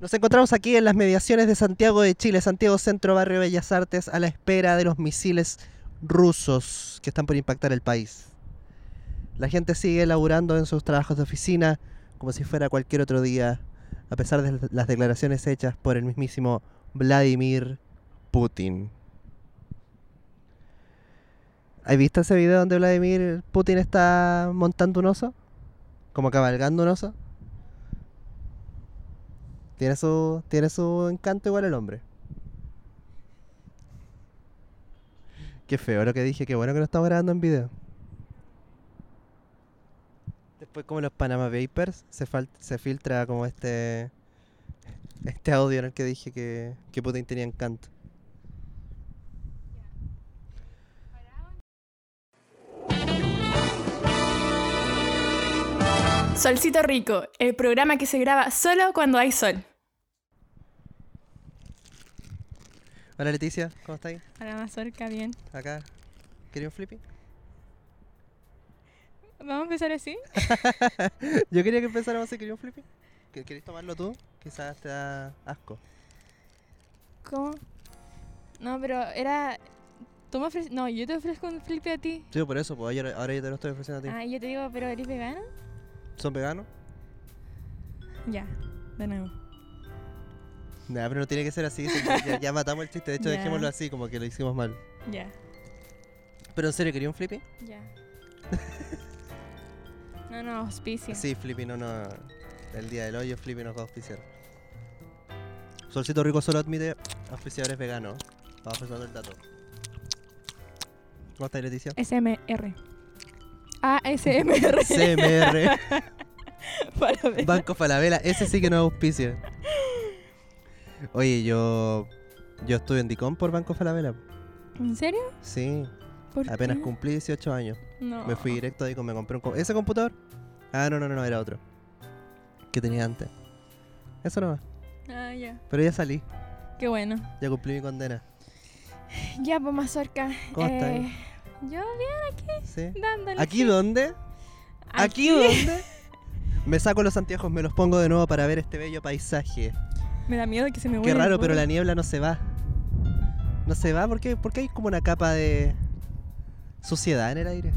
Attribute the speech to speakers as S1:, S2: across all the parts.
S1: Nos encontramos aquí en las mediaciones de Santiago de Chile, Santiago Centro, Barrio Bellas Artes, a la espera de los misiles rusos que están por impactar el país. La gente sigue laburando en sus trabajos de oficina como si fuera cualquier otro día, a pesar de las declaraciones hechas por el mismísimo Vladimir Putin. ¿Has visto ese video donde Vladimir Putin está montando un oso? Como cabalgando un oso. Tiene su, tiene su encanto igual el hombre. Qué feo lo que dije, qué bueno que lo estamos grabando en video. Después como los Panama Papers se, fal- se filtra como este este audio en el que dije que, que Putin tenía encanto.
S2: Solcito Rico, el programa que se graba solo cuando hay sol.
S1: Hola Leticia, ¿cómo estáis?
S3: Hola Mazorca, bien.
S1: Acá. ¿Quería un flippy?
S3: ¿Vamos a empezar así?
S1: Yo quería que empezáramos así, ¿quería un flippy? ¿Que- ¿Querés tomarlo tú? Quizás te da asco.
S3: ¿Cómo? No, pero era... Tú me ofreces... No, yo te ofrezco un flippy a ti.
S1: Sí, por eso, pues ahora- ahora yo te lo estoy ofreciendo a ti.
S3: Ah, yo te digo, ¿pero eres vegano?
S1: ¿Son veganos?
S3: Ya, de nuevo.
S1: Nah, pero no tiene que ser así. sí, ya- ya, ya matamos el chiste. De hecho,
S3: Ya.
S1: dejémoslo así, como que lo hicimos mal.
S3: Ya,
S1: Pero en serio, ¿quería un flippy?
S3: ya. no, no, auspicio.
S1: Sí, flippy no, no. El día del hoyo, flippy nos va a auspiciar. Solcito Rico solo admite auspiciadores veganos. Vamos pasando el dato. ¿Cómo estás, Leticia?
S3: SMR. ASMR.
S1: CMR,
S3: Para ver.
S1: Banco Falabella, ese sí que no auspicia. Oye, yo. Yo estuve en Dicom por Banco Falabella.
S3: ¿En serio?
S1: Sí,
S3: ¿Por
S1: apenas
S3: qué?
S1: cumplí 18 años.
S3: No.
S1: Me fui directo ahí, con- me compré un... co- ¿Ese computador? Ah, no, no, no, no, era otro. Que tenía antes. Eso no
S3: Ah, ya.
S1: Pero ya salí,
S3: Qué bueno.
S1: ya cumplí mi condena.
S3: Ya, pues Mazorca.
S1: ¿Cómo estás?
S3: eh, Yo bien
S1: ¿Sí?
S3: dándole.
S1: ¿Aquí dónde? ¿Aquí dónde? Me saco los anteojos, me los pongo de nuevo para ver este bello paisaje.
S3: Me da miedo que se me
S1: Qué
S3: vuelva.
S1: raro, pero la niebla no se va. No se va, ¿por qué? Porque hay como una capa de suciedad en el aire.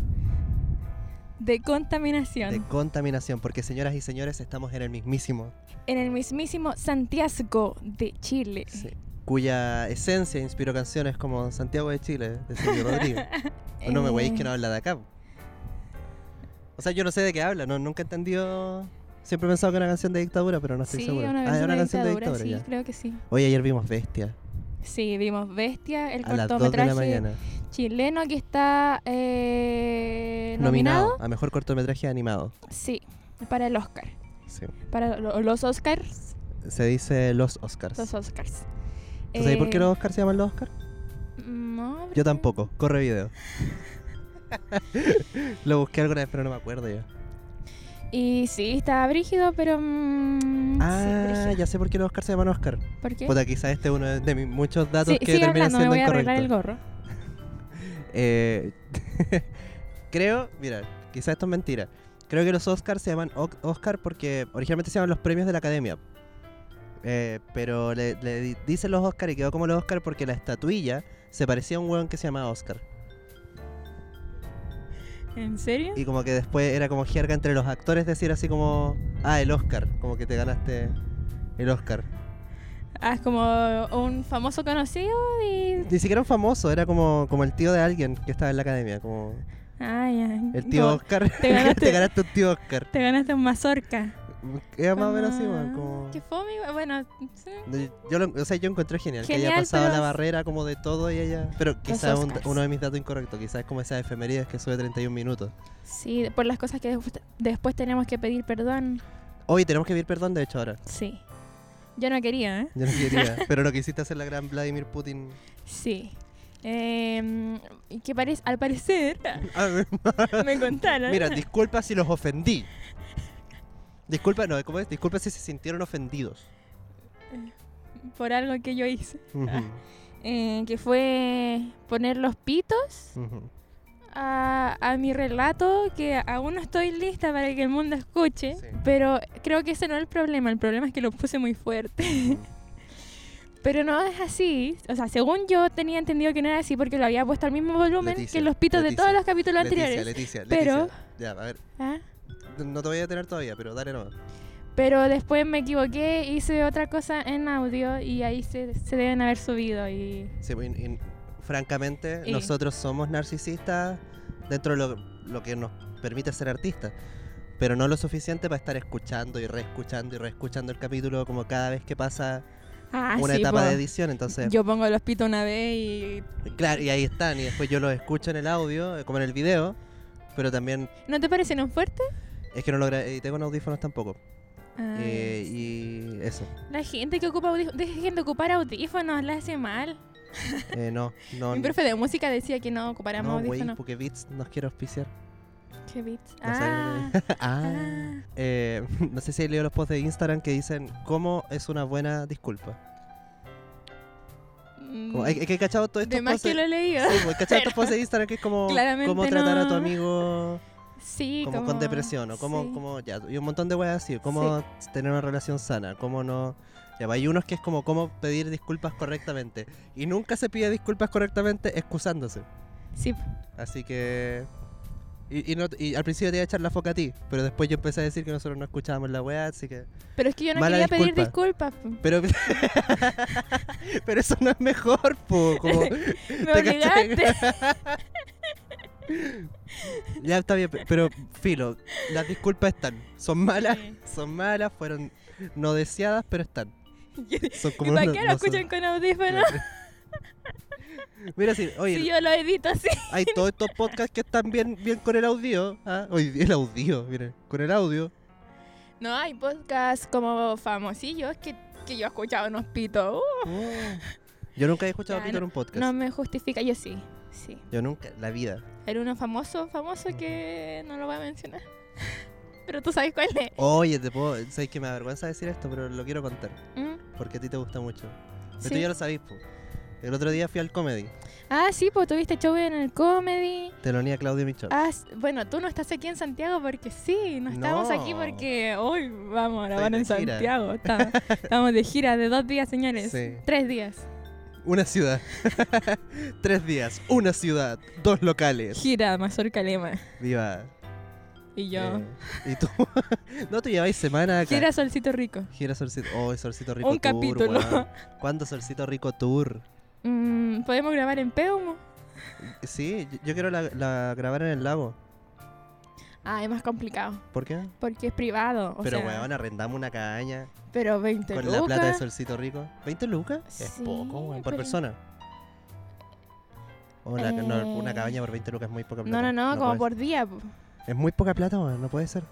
S3: De contaminación.
S1: De contaminación, porque señoras y señores estamos en el mismísimo
S3: En el mismísimo Santiago de Chile.
S1: Sí. Cuya esencia inspiró canciones como Santiago de Chile, de Silvio Rodríguez. Pero no me
S3: Eh,
S1: güeyes que no habla de acá. po. O sea, yo no sé de qué habla, no, nunca he entendido. Siempre he pensado que era una canción de dictadura, pero no estoy
S3: Sí,
S1: seguro.
S3: una
S1: ah,
S3: canción,
S1: era una canción de
S3: dictadura,
S1: dictadura,
S3: sí, creo que sí.
S1: ya. Hoy ayer vimos Bestia
S3: Sí, vimos Bestia, el
S1: a las 2 de la
S3: cortometraje
S1: mañana.
S3: chileno que está eh,
S1: Nominado,
S3: nominado.
S1: a mejor cortometraje animado.
S3: Sí, para el Oscar.
S1: Sí.
S3: Para lo- los Oscars.
S1: Se dice los Oscars.
S3: Los Oscars.
S1: ¿Tú sabes por qué
S3: Eh,
S1: los Oscars se llaman los Oscars?
S3: No, ¿por qué?
S1: Yo tampoco, corre video. Lo busqué alguna vez, pero no me acuerdo yo.
S3: Y sí, estaba brígido, pero. mm, sí,
S1: Ah,
S3: brígido.
S1: ya sé por qué los Oscars se llaman Oscar.
S3: ¿Por qué?
S1: Puta, quizás este es uno de- de mis muchos datos
S3: Sí,
S1: que
S3: sigue
S1: termina
S3: hablando,
S1: siendo
S3: me voy a arreglar el
S1: incorrecto.
S3: gorro.
S1: Eh, creo, mira, quizás esto es mentira. Creo que los Oscars se llaman Oc- Oscar porque originalmente se llaman los premios de la academia. Eh, pero le, le di- dicen los Oscar y quedó como los Oscar porque la estatuilla se parecía a un hueón que se llamaba Oscar.
S3: ¿En serio?
S1: Y como que después era como jerga entre los actores decir así como, ah, el Oscar, como que te ganaste el Oscar.
S3: Ah, es como un famoso conocido y.
S1: Ni siquiera un famoso, era como, como el tío de alguien que estaba en la academia, como
S3: Ah, ya.
S1: el tío
S3: Como,
S1: Oscar.
S3: te ganaste-
S1: te ganaste un tío Oscar.
S3: Te ganaste un mazorca.
S1: Era más o menos así,
S3: Ah,
S1: weón, como...
S3: Qué fome, igual, bueno. sí.
S1: Yo, lo, o sea, yo encontré genial, que haya
S3: Genial,
S1: pasado
S3: pero
S1: la
S3: es-
S1: barrera como de todo y ella... Pero quizás
S3: Oscars.
S1: uno de mis datos incorrectos, quizás es como esas efemérides que sube 31 minutos.
S3: Sí, por las cosas que después- después tenemos que pedir perdón.
S1: Hoy tenemos que pedir perdón, de hecho, ahora.
S3: Sí. Yo no quería, ¿eh?
S1: Yo no quería, pero lo quisiste hacer la gran Vladimir Putin.
S3: Sí. Eh, y que parece, al parecer,
S1: A ver,
S3: me contaron.
S1: Ah, Mira, disculpa si los ofendí. Disculpa, no, ¿cómo es? Disculpa si se sintieron ofendidos.
S3: por algo que yo hice.
S1: Ujú,
S3: Eh, que fue poner los pitos
S1: ujú.
S3: a, a mi relato que aún no estoy lista para que el mundo escuche,
S1: Sí.
S3: pero creo que ese no es el problema, el problema es que lo puse muy fuerte. pero no es así, o sea, según yo tenía entendido que no era así porque lo había puesto al mismo volumen
S1: Leticia,
S3: que los pitos de
S1: Leticia,
S3: todos los capítulos
S1: Leticia,
S3: anteriores.
S1: Leticia, Leticia.
S3: pero-
S1: Ya, a ver,
S3: ¿Ah?
S1: no te voy a detener todavía, pero dale no.
S3: Pero después me equivoqué, hice otra cosa en audio y ahí se, se deben haber subido y...
S1: Sí, pues, y- y, francamente,
S3: Y-
S1: nosotros somos narcisistas dentro de lo, lo que nos permite ser artistas, pero no lo suficiente para estar escuchando y reescuchando y reescuchando el capítulo como cada vez que pasa
S3: Ah,
S1: una
S3: sí,
S1: etapa
S3: po.
S1: de edición. Entonces,
S3: Yo pongo los pitos una vez y...
S1: claro, y ahí están, y después yo los escucho en el audio, eh, como en el video, pero también
S3: ¿No te parecieron fuertes?
S1: es que no lo gra- edité con audífonos tampoco.
S3: Ah,
S1: Eh, y eso,
S3: La gente que ocupa audífonos, dejen de ocupar audífonos, la hace mal.
S1: eh, no, no.
S3: Mi profe de música decía que no ocupáramos
S1: no, güey,
S3: audífonos.
S1: porque Beats nos quiere auspiciar.
S3: Qué bits.
S1: No sé.
S3: ah,
S1: ah.
S3: ah.
S1: Eh, no sé si he leído los posts de Instagram que dicen cómo es una buena disculpa. Como, es, es que he cachado todos estos
S3: Mm, de más
S1: posts.
S3: que lo
S1: de-
S3: he leído.
S1: Sí, pues, he cachado estos posts de Instagram que es como
S3: Claramente
S1: cómo tratar a tu
S3: no.
S1: amigo
S3: Sí,
S1: como, con depresión o cómo,
S3: sí.
S1: cómo- ya, y un montón de weas así, cómo tener una relación sana, cómo no. Ya, pues, hay unos que es como cómo pedir disculpas correctamente. Y nunca se pide disculpas correctamente excusándose.
S3: Sí,
S1: Así que. Y, y no- y al principio te iba a echar la foca a ti, pero después yo empecé a decir que nosotros no escuchábamos la wea, así que.
S3: pero es que yo no
S1: Mala
S3: quería pedir
S1: disculpa.
S3: disculpas. po.
S1: Pero, pero eso no es mejor, po. Como,
S3: Me
S1: ¿te cachai?
S3: obligaste.
S1: ya está bien, pe- pero filo, las disculpas están. Son malas,
S3: Sí.
S1: son malas, fueron no deseadas, pero están. Son
S3: ¿Y
S1: como
S3: para
S1: no-
S3: qué
S1: no
S3: lo
S1: son-
S3: escuchan con audífonos?
S1: Claro. Mira, sí, oye,
S3: Si yo lo edito así.
S1: hay todos estos podcasts que están bien, bien con el audio. ¿ah? Oye, el audio, miren, con el audio.
S3: No, hay podcasts como famosillos que, que yo he escuchado unos pitos. Uh,
S1: Yo nunca he escuchado
S3: Ya,
S1: a Pito en un podcast.
S3: no me justifica, yo sí, sí.
S1: Yo nunca, la vida.
S3: Era uno famoso, famoso que no lo voy a mencionar. Pero tú sabes cuál es.
S1: Oye, te puedo, sabes que me avergüenza decir esto, pero lo quiero contar.
S3: ¿Mm?
S1: Porque a ti te gusta mucho. Pero tú
S3: Sí.
S1: ya lo sabís, po. El otro día fui al comedy.
S3: Ah, sí, pues tuviste show en el comedy.
S1: Te lo unía Claudio Michol.
S3: Ah, s- bueno, tú no estás aquí en Santiago porque sí, no estamos aquí
S1: No.
S3: porque hoy vamos a grabar
S1: Estoy
S3: en
S1: de gira.
S3: Santiago. Está- estamos de gira de dos días, señores.
S1: Sí.
S3: Tres días.
S1: Una ciudad. Tres días. Una ciudad. Dos locales.
S3: Gira Mazorca Lema.
S1: Viva.
S3: Y yo.
S1: Eh, y tú. no te lleváis semana acá.
S3: Gira Solcito Rico.
S1: Gira Solcito. Oh, Solcito Rico
S3: Un
S1: Tour.
S3: capítulo.
S1: weón. ¿Cuándo Solcito Rico Tour?
S3: Mm, ¿Podemos grabar en Peumo?
S1: Sí, yo- yo quiero la, la grabar en el lago.
S3: Ah, es más complicado.
S1: ¿Por qué?
S3: Porque es privado. o
S1: pero
S3: sea,
S1: weón, arrendamos una cabaña
S3: Pero 20
S1: con la
S3: lucas.
S1: plata de Solcito Rico. ¿20 lucas? es
S3: Sí,
S1: poco, weón, por
S3: pero-
S1: persona. O la- no, una
S3: Eh,
S1: cabaña por 20 lucas es muy poca
S3: No,
S1: plata.
S3: no, no,
S1: puede
S3: como por día. po.
S1: ser. Es muy poca plata, weón, no puede ser.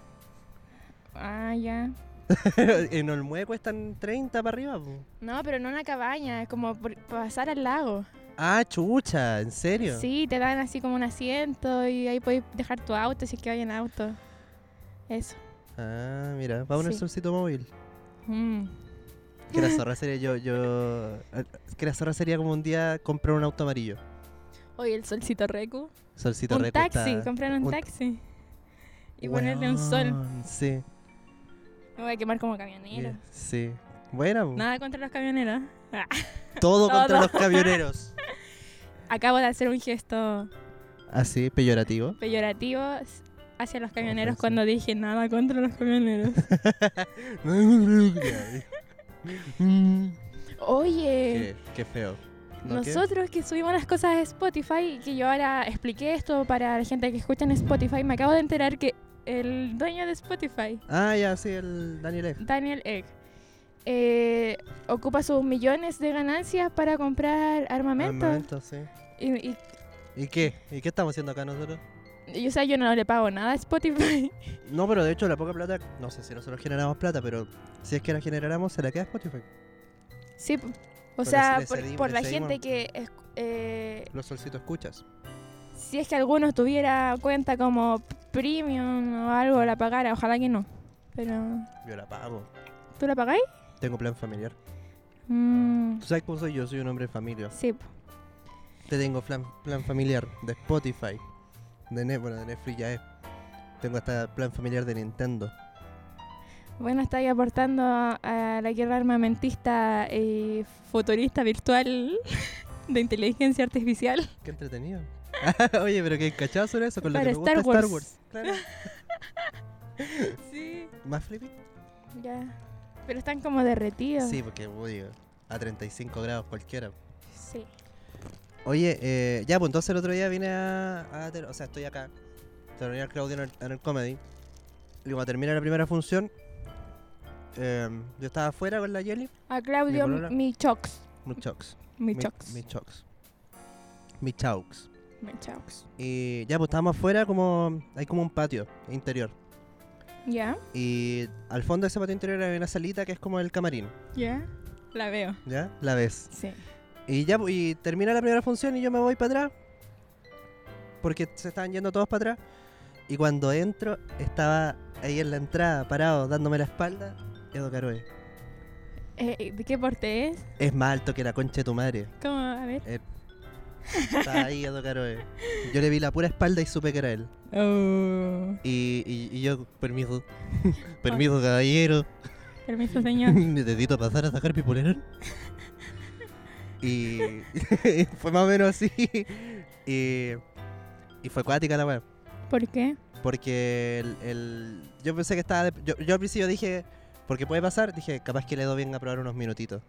S3: Ah, ya.
S1: en Olmue cuestan 30 para arriba. po.
S3: No, pero no una cabaña, es como por- pasar al lago.
S1: Ah, chucha, ¿en serio?
S3: Sí, te dan así como un asiento y ahí puedes dejar tu auto si es que hay en auto. Eso.
S1: Ah, mira, vamos en el
S3: Sí.
S1: solcito móvil.
S3: Mm.
S1: Que la zorra sería yo, yo... eh, Que la zorra sería como un día comprar un auto amarillo.
S3: Oye, el solcito recu.
S1: Solcito
S3: Un
S1: Reco
S3: taxi,
S1: está-
S3: comprar un
S1: un-
S3: taxi. Y ponerle un sol.
S1: Weón, Sí,
S3: Me voy a quemar como camionero.
S1: yeah, sí. Buena, po.
S3: Nada contra los camioneros. Ah,
S1: todo contra
S3: todo.
S1: los camioneros.
S3: Acabo de hacer un gesto
S1: Así, peyorativo.
S3: peyorativo hacia los camioneros
S1: Ofensivo.
S3: cuando dije nada contra los camioneros.
S1: Mm.
S3: Oye,
S1: qué, qué feo. ¿No qué?
S3: Eh, nosotros que subimos las cosas a Spotify, que yo ahora expliqué esto para la gente que escucha en Spotify, me acabo de enterar que el dueño de Spotify,
S1: Ah, ya, sí, el Daniel F.
S3: Daniel Egg, eh, ocupa sus millones de ganancias para comprar armamento.
S1: Armamento, sí.
S3: Y, y-
S1: ¿Y qué? ¿Y qué estamos haciendo acá nosotros?
S3: y, o sea, yo no le pago nada a Spotify.
S1: No, pero de hecho la poca plata, no sé si nosotros generamos plata, pero si es que la generáramos, se la queda Spotify.
S3: sí, po. o
S1: Pero
S3: sea,
S1: si le
S3: por,
S1: cedimos-
S3: por
S1: le
S3: la
S1: cedimos.
S3: gente que... es- eh,
S1: Los solcitos escuchas.
S3: Si es que alguno tuviera cuenta como premium o algo, la pagara. Ojalá que no. Pero,
S1: Yo la pago.
S3: ¿tú la pagáis?
S1: Tengo plan familiar.
S3: Mm,
S1: ¿Tú sabes cómo soy? Yo soy un hombre de familia.
S3: sí. po.
S1: Te tengo plan, plan familiar de Spotify, de Netflix, bueno, de Netflix ya es. Tengo hasta plan familiar de Nintendo.
S3: Bueno, estáis aportando a la guerra armamentista y futurista virtual de inteligencia artificial.
S1: Qué entretenido. Oye, pero qué cachado sobre eso con lo
S3: Para
S1: que me gusta
S3: Star Wars.
S1: Star Wars. Claro.
S3: Sí,
S1: ¿Más flippy?
S3: ya. Pero están como derretidos.
S1: Sí, porque voy a 35 grados cualquiera.
S3: Sí.
S1: Oye, eh, ya, pues entonces el otro día vine a, a ter- O sea, estoy acá. Terminé al Claudio en el, en el comedy. Y cuando termina la primera función, eh, yo estaba afuera con la Jelly.
S3: A Claudio
S1: Mi polola.
S3: Michox.
S1: Muchox.
S3: Michox.
S1: Michox. Michaux.
S3: Michox.
S1: Y ya, pues estábamos afuera, como. Hay como un patio interior.
S3: ¿Ya?
S1: Y al fondo de ese patio interior hay una salita que es como el camarín.
S3: ¿Ya? La veo.
S1: ¿Ya? La ves.
S3: Sí.
S1: Y ya, pues, y termina la primera función y yo me voy para atrás. Porque se estaban yendo todos para atrás. Y cuando entro, estaba ahí en la entrada, parado, dándome la espalda, Edo Caroe.
S3: Eh, ¿De qué porte es?
S1: Es más alto que la concha de tu madre.
S3: ¿Cómo? A ver.
S1: Estaba ahí Edo Caroe. Yo le vi la pura espalda y supe que era él.
S3: Oh.
S1: Y, y- y yo, permiso. permiso, caballero.
S3: Permiso, señor.
S1: Necesito pasar a sacar mi polerón. Y fue más o menos así. Y, y fue acuática la weá.
S3: ¿Por qué?
S1: Porque el, el- yo pensé que estaba... de- yo, yo al principio dije, porque puede pasar, dije, capaz que le doy bien a probar unos minutitos.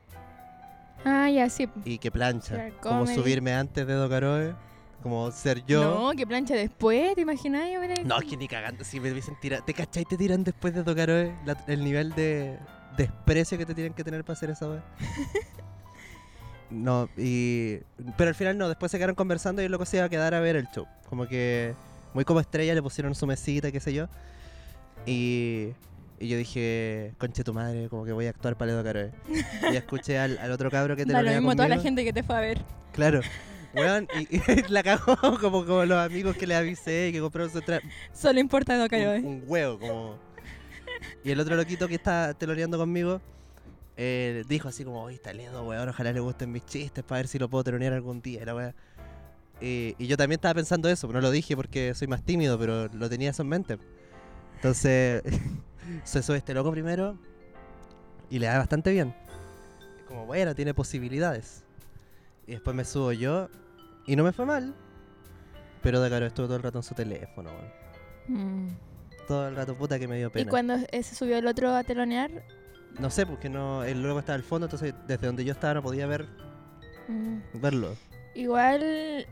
S3: Ah, ya, sí.
S1: Y que plancha.
S3: Claro,
S1: como
S3: comedy.
S1: subirme antes de Docaroe, como ser yo.
S3: No, que plancha después, ¿te imaginas? Yo hubiera-
S1: No, es que ni cagando, si me dicen tirar... ¿Te cachai? Te tiran después de Docaroe la- el nivel de desprecio que te tienen que tener para hacer esa wea. No, y... Pero al final no, después se quedaron conversando y el loco se iba a quedar a ver el show. Como que... Muy como estrella, le pusieron su mesita, qué sé yo. Y, y yo dije, conche tu madre, como que voy a actuar para Edo Caroe. Y escuché al, al otro cabro que te
S3: Da lo mismo a toda la
S1: conmigo.
S3: gente que te fue a ver.
S1: Claro. Weón, y, y la cagó como, como los amigos que le avisé y que compraron su tra-
S3: Solo importa lo que
S1: un, un huevo, como. Y el otro loquito que está teloneando conmigo eh, dijo así como, oye, está lindo, weón, ojalá le gusten mis chistes para ver si lo puedo telonear algún día, la weá. Eh, y yo también estaba pensando eso, no lo dije porque soy más tímido, pero lo tenía eso en mente. Entonces, se sube este loco primero y le da bastante bien. Es Como, bueno, tiene posibilidades. Y después me subo yo y no me fue mal. Pero de claro, estuvo todo el rato en su teléfono, weón todo el rato puta que me dio
S3: Mm. Y
S1: pena.
S3: cuando eh, se subió el otro a telonear,
S1: No sé, porque no, el loco estaba al fondo, entonces desde donde yo estaba no podía ver,
S3: mm,
S1: verlo.
S3: igual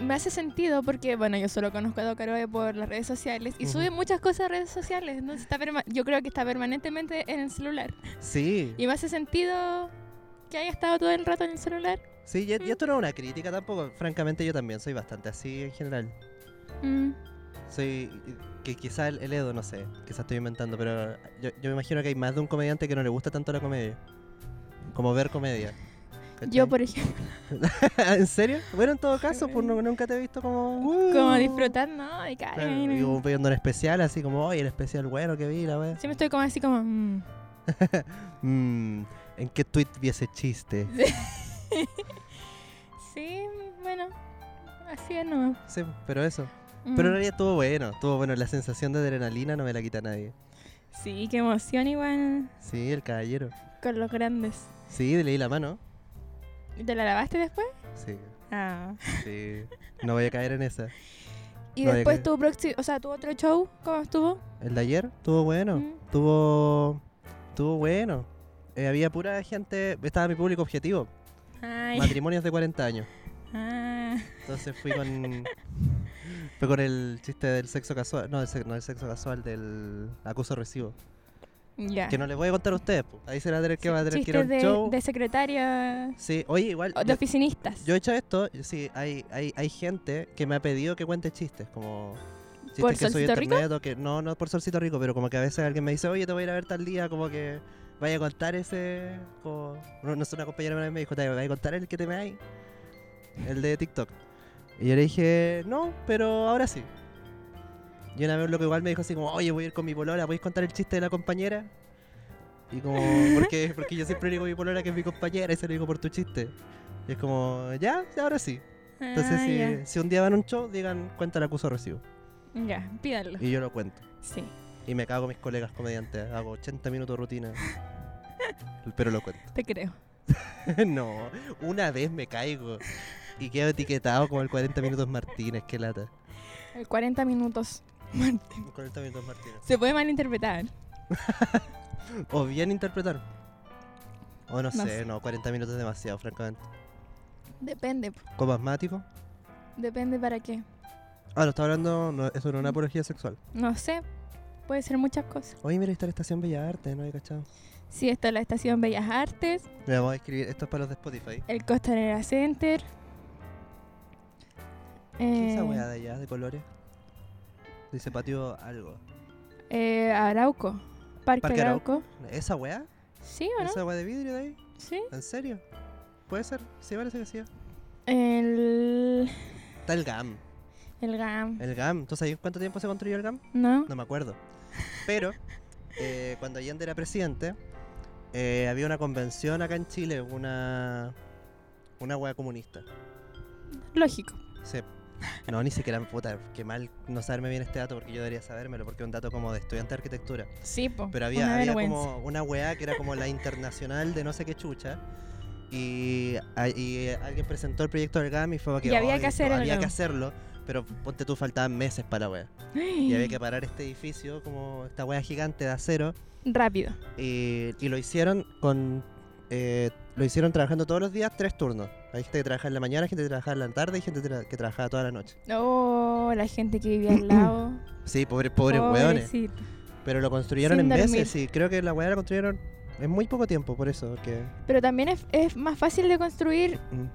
S3: me hace sentido porque, bueno, yo solo conozco a Docaroe por las redes sociales y
S1: Ujú.
S3: sube muchas cosas a redes sociales. Entonces está perma- yo creo que está permanentemente en el celular.
S1: Sí,
S3: Y me hace sentido que haya estado todo el rato en el celular.
S1: sí, y, y esto no es una crítica tampoco, francamente yo también soy bastante así en general.
S3: Mm,
S1: Soy, que quizá el, el Edo, no sé, quizá estoy inventando, pero yo, yo me imagino que hay más de un comediante que no le gusta tanto la comedia. Como ver comedia.
S3: Yo,
S1: ¿cachai?
S3: por ejemplo,
S1: ¿En serio? Bueno, en todo caso, pues no- nunca te he visto como... "Uh".
S3: como disfrutar, ¿no? De cara,
S1: Claro, "Mm".
S3: mira.
S1: y como viendo un especial, así como, oye, el especial bueno que vi, la wea.
S3: Siempre estoy como así como... mm.
S1: Mm, ¿En qué tweet vi ese chiste?
S3: Sí, bueno, así es nomás.
S1: Sí, pero eso.
S3: Mm.
S1: Pero en realidad estuvo bueno, estuvo bueno. La sensación de adrenalina no me la quita nadie.
S3: Sí, qué emoción igual
S1: Sí, el caballero.
S3: con los grandes.
S1: Sí, le di la mano.
S3: ¿Y ¿Te la lavaste después?
S1: Sí,
S3: Ah.
S1: sí. No voy a caer en esa.
S3: Y
S1: No, ya
S3: después
S1: que-
S3: tu próximo, o sea, tu otro show, ¿cómo estuvo?
S1: El de ayer estuvo bueno.
S3: Mm.
S1: Estuvo. Estuvo bueno. Eh, había pura gente. Estaba mi público objetivo.
S3: Ay.
S1: Matrimonios de 40 años.
S3: Ah.
S1: Entonces fui con. fue con el chiste del sexo casual. No, del sexo, no del sexo casual, del acoso recibo.
S3: Ya.
S1: Que no les voy a contar a ustedes. po. Ahí se la tener que va a tener que ir a
S3: Chistes
S1: un
S3: de,
S1: show.
S3: de secretaria
S1: Sí, oye, igual.
S3: o de
S1: yo-
S3: oficinistas.
S1: Yo he hecho esto, sí, hay, hay, hay gente que me ha pedido que cuente chistes, como chistes
S3: ¿Por
S1: que soy
S3: Solcito Rico?
S1: internet o que no, no por Solcito Rico, pero como que a veces alguien me dice, oye, te voy a ir a ver tal día, como que vaya a contar ese, como, no, no sé, una compañera una vez me dijo, te voy a contar el que te me hay, el de TikTok. Y yo le dije, no, pero ahora sí. Y una vez lo que igual me dijo así como, oye, voy a ir con mi polola, ¿podéis contar el chiste de la compañera? Y como, ¿por qué? Porque yo siempre le digo a mi polola que es mi compañera y se lo digo por tu chiste. Y es como, ya, ya, ahora sí. Entonces,
S3: Ah,
S1: si,
S3: ya.
S1: si un día van a un show, digan cuenta el acuso recibo.
S3: Ya, pídanlo.
S1: Y yo lo cuento.
S3: Sí.
S1: Y me cago en mis colegas comediantes. Hago 80 minutos de rutina. Pero lo cuento.
S3: Te creo.
S1: no, una vez me caigo. Y quedo etiquetado como el 40 minutos Martínez. Qué lata.
S2: El 40 minutos.
S1: 40 minutos Martínez.
S3: Se puede malinterpretar.
S1: O bien interpretar. O no,
S3: No
S1: sé,
S3: sé.
S1: no, 40 minutos es demasiado, francamente.
S2: Depende, po.
S1: ¿Como asmático?
S2: depende para qué.
S1: Ah, no, está hablando. no, eso no es una apología sexual.
S3: No sé. Puede ser muchas cosas.
S1: Oye, mira, ahí está la estación Bellas Artes, no hay cachado.
S3: Sí, está la estación Bellas Artes,
S1: Le vamos a escribir, esto es para los de Spotify.
S3: el Costanera Center.
S1: ¿Qué es
S3: eh,
S1: esa weá de allá, de colores? Dice patio algo.
S3: eh, Arauco. Parque,
S1: Parque Arauco.
S3: Arauco.
S1: ¿Esa weá?
S3: Sí, ¿o no?
S1: ¿Esa weá de vidrio de ahí?
S3: Sí.
S1: ¿En serio? ¿Puede ser? Sí, parece que sí.
S3: El,
S1: Está el GAM.
S3: el GAM.
S1: El GAM. ¿Tú sabes cuánto tiempo se construyó el GAM?
S3: ¿No?
S1: No me acuerdo. Pero eh, cuando Allende era presidente, eh, había una convención acá en Chile, una una wea comunista.
S3: Lógico.
S1: Se- no, ni siquiera, puta, qué mal no saberme bien este dato porque yo debería sabérmelo porque es un dato como de estudiante de arquitectura.
S3: Sí, po.
S1: Pero había,
S3: una
S1: había
S3: vergüenza.
S1: como una weá que era como la internacional de no sé qué chucha. Y, a- y alguien presentó el proyecto del GAM y fue como que
S3: Y había
S1: "Ay,
S3: que hacer
S1: esto
S3: el
S1: había que
S3: GAM".
S1: hacerlo. Pero ponte tú, faltaban meses para la wea. Y había que parar este edificio, como esta wea gigante de acero.
S3: Rápido.
S1: Y, y lo hicieron con. eh, lo hicieron trabajando todos los días tres turnos. Hay gente que trabajaba en la mañana, gente que trabajaba en la tarde y gente tra- que trabajaba toda la noche.
S3: Oh, la gente que vivía al lado.
S1: Sí, pobres, pobres hueones.
S3: Pobrecito.
S1: Pero lo construyeron
S3: Sin
S1: en
S3: dormir.
S1: meses y creo que la weá la construyeron en muy poco tiempo, por eso. Que,
S3: Pero también es, es más fácil de construir
S1: mm.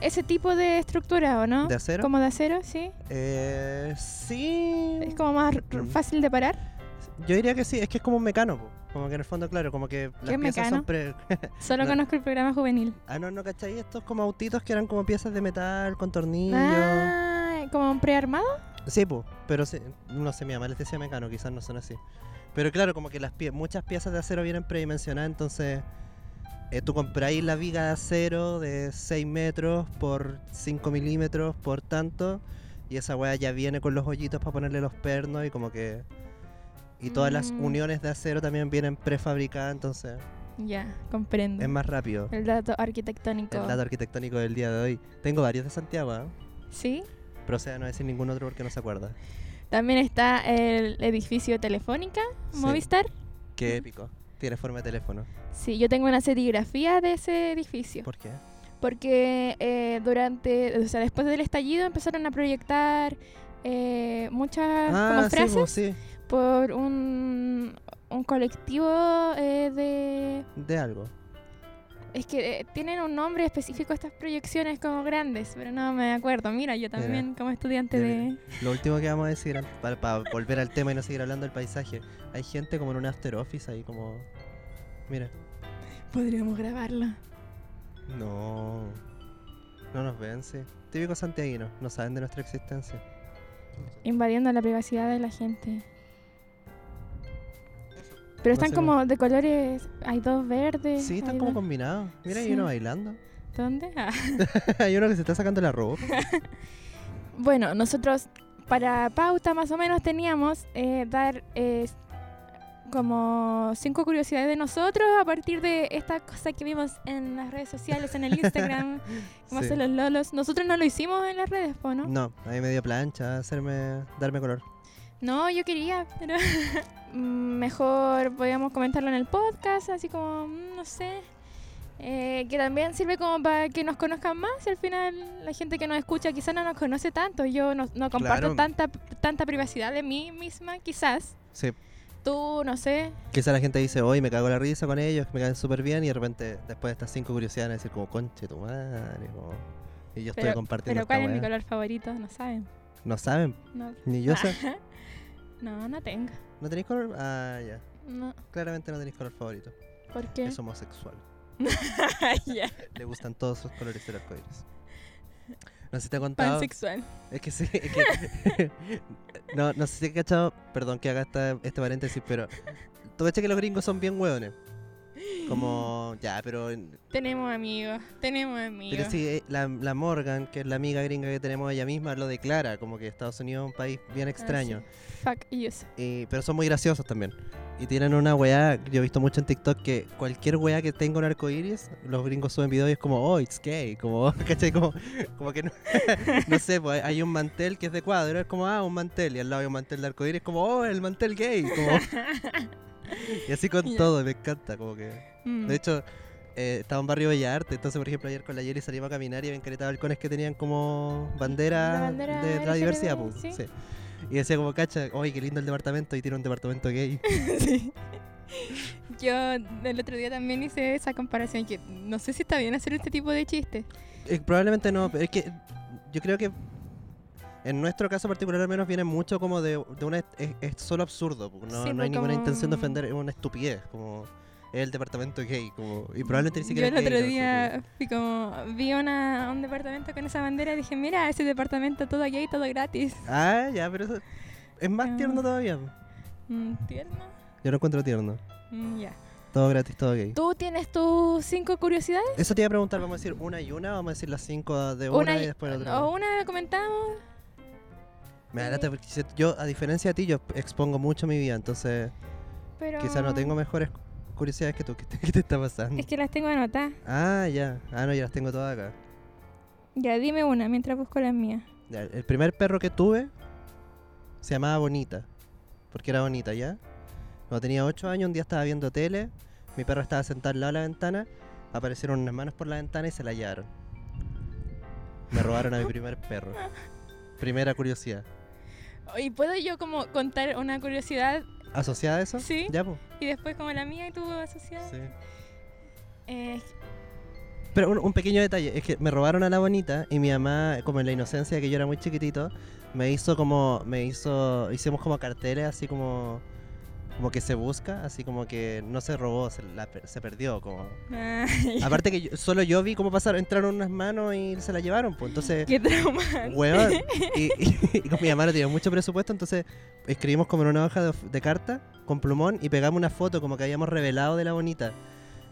S3: ese tipo de estructura, ¿o no?
S1: ¿De acero?
S3: Como de acero, sí.
S1: Eh, sí.
S3: Es como más r- r-
S1: Mm.
S3: fácil de parar.
S1: Yo diría que sí, es que es como un mecano. po. Como que en el fondo, claro, como que las
S3: ¿Qué
S1: piezas son
S3: mecano?
S1: pre-
S3: Solo
S1: No.
S3: conozco el programa juvenil.
S1: Ah, no, no, ¿cachai? Estos como autitos que eran como piezas de metal con tornillos.
S3: Ah, como un prearmado.
S1: Sí, po, pero sí, no sé, mi mamá les decía mecano, quizás no son así. Pero claro, como que las pie- muchas piezas de acero vienen predimensionadas, entonces eh, tú compráis la viga de acero de 6 metros por 5 milímetros por tanto, y esa weá ya viene con los hoyitos para ponerle los pernos y como que... Y todas las
S3: Mm.
S1: uniones de acero también vienen prefabricadas, entonces
S3: Ya, comprendo.
S1: es más rápido.
S3: El dato arquitectónico.
S1: El dato arquitectónico del día de hoy. Tengo varios de Santiago, ¿ah?
S3: Sí.
S1: proceda a no decir ningún otro porque no se acuerda.
S3: También está el edificio Telefónica,
S1: Sí.
S3: Movistar.
S1: Qué épico. Tiene forma de teléfono.
S3: Sí, yo tengo una serigrafía de ese edificio.
S1: ¿Por qué?
S3: Porque eh, durante, o sea, después del estallido empezaron a proyectar eh, muchas como
S1: Ah, sí, pues. po,
S3: frases
S1: sí,
S3: por un, un colectivo eh, de...
S1: de algo.
S3: Es que eh, tienen un nombre específico estas proyecciones como grandes, pero no me acuerdo. Mira, yo también como estudiante
S1: Ya,
S3: de...
S1: Lo último que vamos a decir an- para, para volver al tema y no seguir hablando del paisaje. Hay gente como en un after office ahí como mira,
S3: Podríamos grabarlo.
S1: no. No nos ven, sí. Típico santiaguino, no saben de nuestra existencia.
S3: Invadiendo la privacidad de la gente. Pero están
S1: sé,
S3: como de colores, hay dos verdes.
S1: Sí, están
S3: hay
S1: como
S3: dos-
S1: combinados. Mira, hay
S3: Sí.
S1: uno bailando.
S3: ¿Dónde? Ah.
S1: hay uno que se está sacando la ropa.
S3: Bueno, nosotros para pauta más o menos teníamos eh, dar eh, como cinco curiosidades de nosotros a partir de esta cosa que vimos en las redes sociales, en el Instagram, como
S1: Sí.
S3: hacen los lolos. Nosotros no lo hicimos en las redes, ¿po, ¿no? no?
S1: No, a mí me dio plancha hacerme darme color.
S3: yo quería, pero mm, mejor podíamos comentarlo en el podcast, así como, mm, no sé. Eh, que también sirve como para que nos conozcan más y al final la gente que nos escucha quizás no nos conoce tanto. Yo no, no
S1: Claro.
S3: comparto tanta, tanta privacidad de mí misma, quizás.
S1: Sí.
S3: Tú, no sé.
S1: Quizá la gente dice, hoy me cago en la risa con ellos, me caen súper bien, y de repente, después de estas cinco curiosidades, van a decir como, conche tu madre, como, y yo estoy
S3: Pero,
S1: compartiendo
S3: pero ¿cuál es
S1: esta
S3: mi
S1: weá".
S3: color favorito? No saben.
S1: No saben,
S3: No,
S1: ni yo sé.
S3: no, no tengo.
S1: ¿No tenéis color? Ah, ya.
S3: No,
S1: Claramente no tenéis color favorito.
S3: ¿Por qué?
S1: Es homosexual.
S3: Ya,
S1: Le gustan todos sus colores del arcoíris. No sé si te he contado.
S3: pansexual.
S1: Es que sí, es que- no, no sé si he cachado. Perdón que haga esta, este paréntesis, pero. Tú cachas que los gringos son bien hueones. Como, ya, pero.
S3: Tenemos amigos, tenemos amigos.
S1: Pero sí, eh, la, la Morgan, que es la amiga gringa que tenemos ella misma, lo declara, como que Estados Unidos es un país bien extraño.
S3: Fuck yous.
S1: Y- pero son muy graciosos también. Y tienen una weá, yo he visto mucho en TikTok que cualquier weá que tenga un arco iris, los gringos suben videos y es como, oh, it's gay. Como, ¿cachai? Como, como que no, no sé, pues hay un mantel que es de cuadro, es como, ah, un mantel. Y al lado hay un mantel de arco iris, como, oh, el mantel gay. Como, y así con
S3: Ya.
S1: todo, me encanta. Como que.
S3: Mm.
S1: De hecho, eh, estaba en barrio Bellas Artes, entonces, por ejemplo, ayer con la Yeri salimos a caminar y ven careta de balcones que tenían como bandera,
S3: La bandera
S1: de la
S3: LGBT,
S1: diversidad. pu,
S3: sí.
S1: sí. Y decía como, cacha, oye, qué lindo el departamento, y tiene un departamento gay.
S3: Sí. Yo el otro día también hice esa comparación que no sé si está bien hacer este tipo de chistes.
S1: Eh, probablemente no, pero es que yo creo que en nuestro caso particular al menos viene mucho como de, de una... Es, es solo absurdo, pu, no,
S3: Sí,
S1: no hay
S3: pues,
S1: ninguna
S3: como-
S1: intención de ofender, es una estupidez, como es el departamento gay, como... Y probablemente ni
S3: Yo
S1: siquiera...
S3: el
S1: es gay,
S3: otro
S1: no sé, como-
S3: día fui como, vi una, un departamento con esa bandera y dije, mira, ese departamento todo gay, todo gratis.
S1: Ah, ya, pero eso es más
S3: Ah.
S1: tierno todavía. pu.
S3: Mm, tierno.
S1: Yo lo encuentro tierno.
S3: Mm, ya.
S1: Todo gratis, todo gay.
S3: ¿Tú tienes tus cinco curiosidades?
S1: Eso te iba a preguntar, vamos a decir una y una, vamos a decir las cinco de una, y después la otra.
S3: o una comentamos.
S1: Me da lata porque si- yo, a diferencia de ti, yo expongo mucho mi vida, entonces
S3: Pero
S1: quizás no tengo mejores cu- curiosidades que tú. ¿Qué te, qué te está pasando?
S3: Es que las tengo anotadas.
S1: Ah, ya. Ah, no, ya las tengo todas acá.
S3: Ya, dime una mientras busco las mías.
S1: Ya, el primer perro que tuve se llamaba Bonita, porque era bonita, ¿ya? Cuando tenía 8 años, un día estaba viendo tele, mi perro estaba sentado al lado de la ventana, aparecieron unas manos por la ventana y se la hallaron. Me robaron a mi primer perro. Primera curiosidad.
S3: ¿Y puedo yo como contar una curiosidad
S1: ¿Asociada a eso?
S3: Sí.
S1: Ya, pues.
S3: y después como la mía y tu asociada? Eh,
S1: Pero un, un pequeño detalle, es que me robaron a la bonita y mi mamá, como en la inocencia de que yo era muy chiquitito, me hizo como, me hizo, hicimos como carteles así como, como que se busca, así como que no se robó, se, la per- se perdió, como.
S3: ah,
S1: Aparte que yo- solo yo vi cómo pasaron, entraron unas manos y se la llevaron, pues entonces,
S3: Qué trauma.
S1: weón, y, y- y con mi mamá no tenía mucho presupuesto, entonces escribimos como en una hoja de, of- de carta con plumón y pegamos una foto como que habíamos revelado de la bonita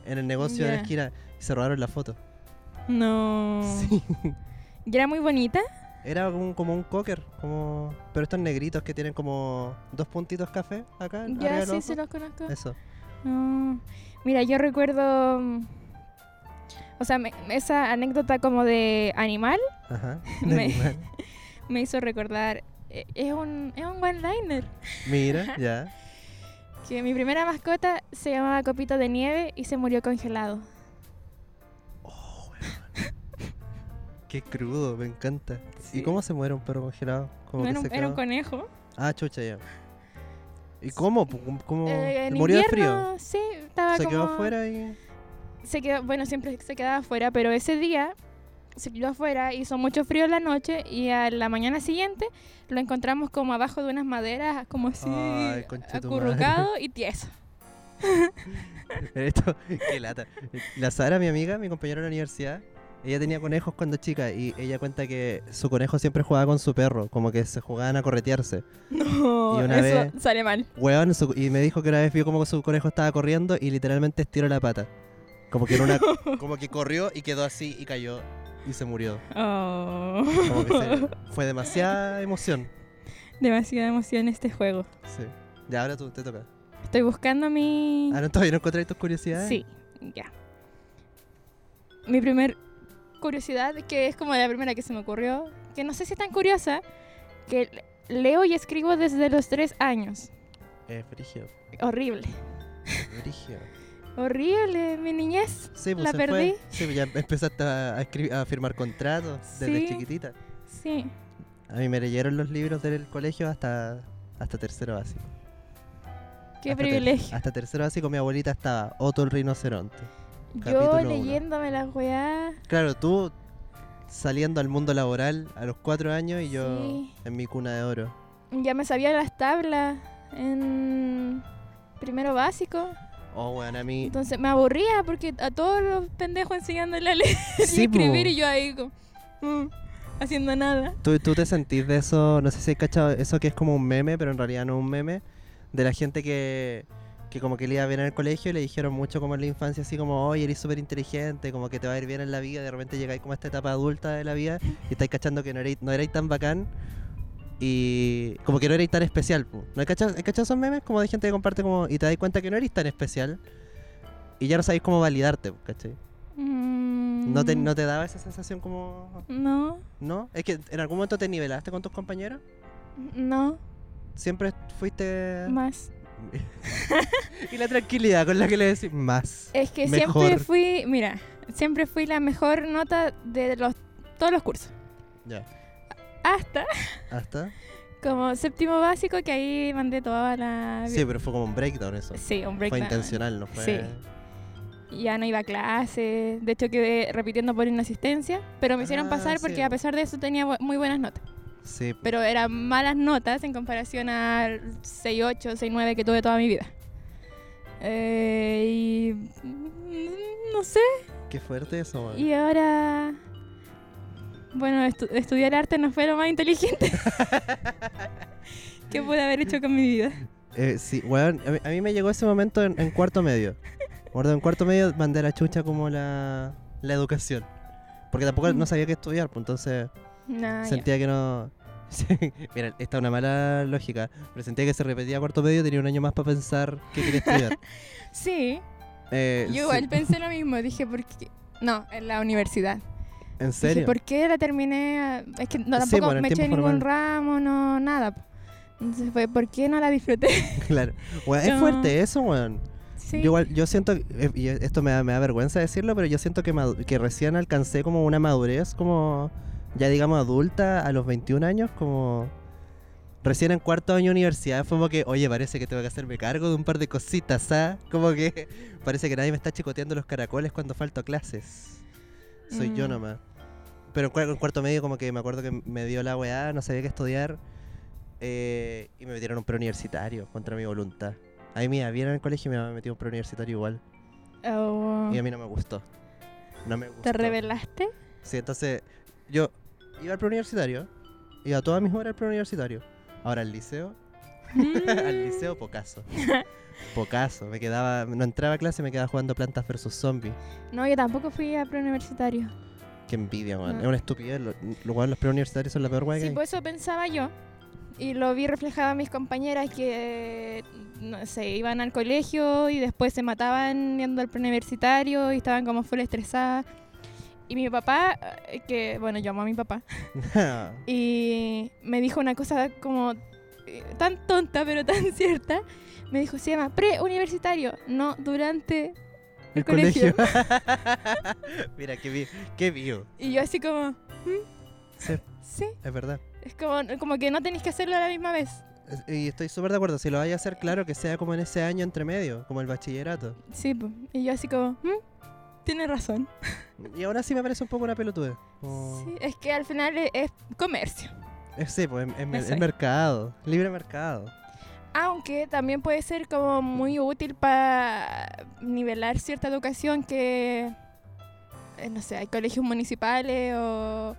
S1: en el negocio de la
S3: Ya. Oh.
S1: esquina y se robaron la foto.
S3: No.
S1: Sí.
S3: ¿Y era muy bonita?
S1: Era como un, como un cocker, como... Pero estos negritos que tienen como dos puntitos café acá. en- arriba
S3: Ya,
S1: del
S3: sí,
S1: ojo.
S3: sí los conozco.
S1: Eso.
S3: No. Mira, yo recuerdo... mm, O sea, me- esa anécdota como de animal
S1: Ajá.
S3: Me-
S1: De animal.
S3: me hizo recordar... eh, Es un, es un one-liner.
S1: Mira, ya.
S3: Que mi primera mascota se llamaba Copito de Nieve y se murió congelado.
S1: Qué crudo, me encanta.
S3: Sí.
S1: ¿Y cómo se muere un perro congelado? Como
S3: No
S1: que
S3: era, un,
S1: se
S3: era un
S1: quedó-
S3: conejo.
S1: Ah, chucha, ya. ¿Y cómo? Pu- ¿Cómo? cómo-
S3: Eh, en
S1: ¿Murió de frío?
S3: invierno, Sí, estaba
S1: ¿Se quedó
S3: como-
S1: afuera y...?
S3: se quedó, bueno, siempre se quedaba afuera, pero ese día se quedó afuera, hizo mucho frío en la noche y a la mañana siguiente lo encontramos como abajo de unas maderas, como así,
S1: Ay, concha tu madre.
S3: acurrucado y tieso.
S1: Esto, qué lata. La Sara, mi amiga, mi compañera de la universidad, ella tenía conejos cuando chica y ella cuenta que su conejo siempre jugaba con su perro, como que se jugaban a corretearse.
S3: No,
S1: Y una
S3: eso
S1: vez-
S3: sale mal.
S1: Weón, su- y me dijo que una vez vio como su conejo estaba corriendo y literalmente estiró la pata. Como que era una, como que corrió y quedó así y cayó y se murió.
S3: Oh,
S1: Como que se- fue demasiada emoción.
S3: demasiada emoción este juego.
S1: Sí. Ya ahora tú te toca.
S3: Estoy buscando mi...
S1: Ah, no, todavía no encontré tus curiosidades.
S3: Sí, ya. Mi primer curiosidad, que es como la primera que se me ocurrió, que no sé si es tan curiosa, que leo y escribo desde los tres años.
S1: Eh, frigio,
S3: Horrible.
S1: frigio.
S3: Horrible, mi niñez.
S1: Sí, pues
S3: La
S1: se
S3: perdí.
S1: Fue. Sí, pues ya empezaste a, a escri- a firmar contratos desde
S3: Sí.
S1: chiquitita.
S3: Sí.
S1: A mí me leyeron los libros del colegio hasta, hasta tercero básico.
S3: Qué
S1: Hasta ter-
S3: privilegio.
S1: hasta tercero básico mi abuelita estaba Otto el rinoceronte. capítulo
S3: Yo
S1: uno.
S3: leyéndome las weá.
S1: Claro, tú saliendo al mundo laboral a los cuatro años y yo
S3: Sí.
S1: en mi cuna de oro.
S3: Ya me sabía las tablas en primero básico.
S1: Oh, bueno, a mí...
S3: Entonces me aburría porque a todos los pendejos enseñándole a leer y
S1: Sí, po.
S3: escribir y yo ahí como, mm, haciendo nada.
S1: ¿Tú, tú te sentís de eso, no sé si has cachado, eso que es como un meme, pero en realidad no un meme, de la gente que, que como que le iba bien en el colegio y le dijeron mucho como en la infancia, así como, oye, eres súper inteligente, como que te va a ir bien en la vida, de repente llegáis como a esta etapa adulta de la vida y estáis cachando que no erais, no erais tan bacán y como que no erais tan especial. po. ¿No hay cachado, hay cachado esos memes como de gente que comparte como y te dais cuenta que no eres tan especial y ya no sabéis cómo validarte, po, ¿cachai? ¿No
S3: Mm.
S1: te, ¿No te daba esa sensación como...
S3: No,
S1: ¿No? Es que en algún momento te nivelaste con tus compañeros,
S3: no,
S1: siempre fuiste...
S3: más.
S1: y la tranquilidad con la que le decís más.
S3: Es que
S1: Mejor.
S3: siempre fui, mira, siempre fui la mejor nota de los todos los cursos.
S1: Ya.
S3: Hasta
S1: ¿Hasta?
S3: como séptimo básico que ahí mandé toda la...
S1: Sí, pero fue como un breakdown eso.
S3: Ah, Sí, un
S1: Fue
S3: breakdown.
S1: intencional, no fue.
S3: Sí. Ya no iba a clase, de hecho quedé repitiendo por inasistencia, pero me hicieron
S1: Ah,
S3: pasar
S1: sí,
S3: porque
S1: bo.
S3: a pesar de eso tenía bu- muy buenas notas.
S1: Sí, po.
S3: Pero eran malas notas en comparación al 6.8, 6.9 que tuve toda mi vida. Eh, y... mm, No sé,
S1: qué fuerte eso, man.
S3: Y ahora. Bueno, estu- estudiar arte no fue lo más inteligente que pude haber hecho con mi vida.
S1: Eh, sí, weón, a mí, a mí me llegó ese momento en, en cuarto medio. Gordo, en cuarto medio mandé a la chucha como la, la educación. Porque tampoco no sabía qué estudiar, pues entonces
S3: No, Mm. Ah, ya.
S1: sentía que no. Sí, Mira, esta es una mala lógica. Pero sentía que se repetía cuarto medio, tenía un año más para pensar qué quería estudiar.
S3: Sí,
S1: Eh,
S3: yo
S1: sí,
S3: igual pensé lo mismo. Dije, ¿por qué? No, en la universidad.
S1: ¿En
S3: Dije,
S1: serio?
S3: ¿por qué la terminé? Es que no,
S1: Sí,
S3: tampoco
S1: por el
S3: me eché
S1: tiempo
S3: ningún
S1: formal.
S3: ramo, no, nada. po. Entonces fue, ¿por qué no la disfruté?
S1: Claro. Weón, es
S3: No.
S1: fuerte eso, weón.
S3: Sí.
S1: Yo igual, yo siento, eh, y esto me da, me da vergüenza decirlo, pero yo siento que, madu- que recién alcancé como una madurez, como ya digamos adulta, a los 21 años, como recién en cuarto año de universidad, fue como que, oye, parece que tengo que hacerme cargo de un par de cositas, ¿ah? Como que parece que nadie me está chicoteando los caracoles cuando falto a clases. Soy yo
S3: Mm.
S1: nomás. Pero en, cua- en cuarto medio como que me acuerdo que me dio la weá, no sabía qué estudiar, eh, y me metieron a un preuniversitario contra mi voluntad. Ahí mira, vieron en el colegio y me había metido un preuniversitario igual.
S3: Oh,
S1: Y a mí no me gustó. No me gustó.
S3: ¿Te revelaste?
S1: Sí, entonces yo iba al preuniversitario, iba a todas mis horas al preuniversitario. Ahora al liceo, al liceo pocaso. Pocaso, me quedaba, no entraba a clase, me quedaba jugando Plantas versus Zombies.
S3: No, yo tampoco fui a preuniversitario.
S1: Qué envidia, weón.
S3: No.
S1: Es una estupidez. Lo, lo- weón, los preuniversitarios son la peor weá que
S3: Ah. Sí,
S1: hay.
S3: pues eso pensaba yo. Y lo vi reflejado a mis compañeras que, no sé, iban al colegio y después se mataban yendo al preuniversitario y estaban como full estresadas. Y mi papá, eh, que, bueno, yo amo a mi papá, y me dijo una cosa como eh, tan tonta pero tan cierta. Me dijo, se llama preuniversitario, no durante el, colegio.
S1: Mira, qué, vi- qué vivo.
S3: Y yo así como, "¿Mm?".
S1: Sí,
S3: sí,
S1: es verdad.
S3: es como, como que no tenéis que hacerlo a la misma vez.
S1: Es- Y estoy súper de acuerdo. Si lo vaya a hacer, claro que sea como en ese año entre medio, como el bachillerato.
S3: Sí, po. y yo así como, "Mm, tiene razón.
S1: Y ahora sí me parece un poco una pelotudez. Como-
S3: Sí, es que al final e- es, comercio.
S1: Es, sí, pues, es,
S3: Eso es.
S1: mercado, libre mercado.
S3: Aunque también puede ser como muy útil para nivelar cierta educación que, eh, no sé, hay colegios municipales o...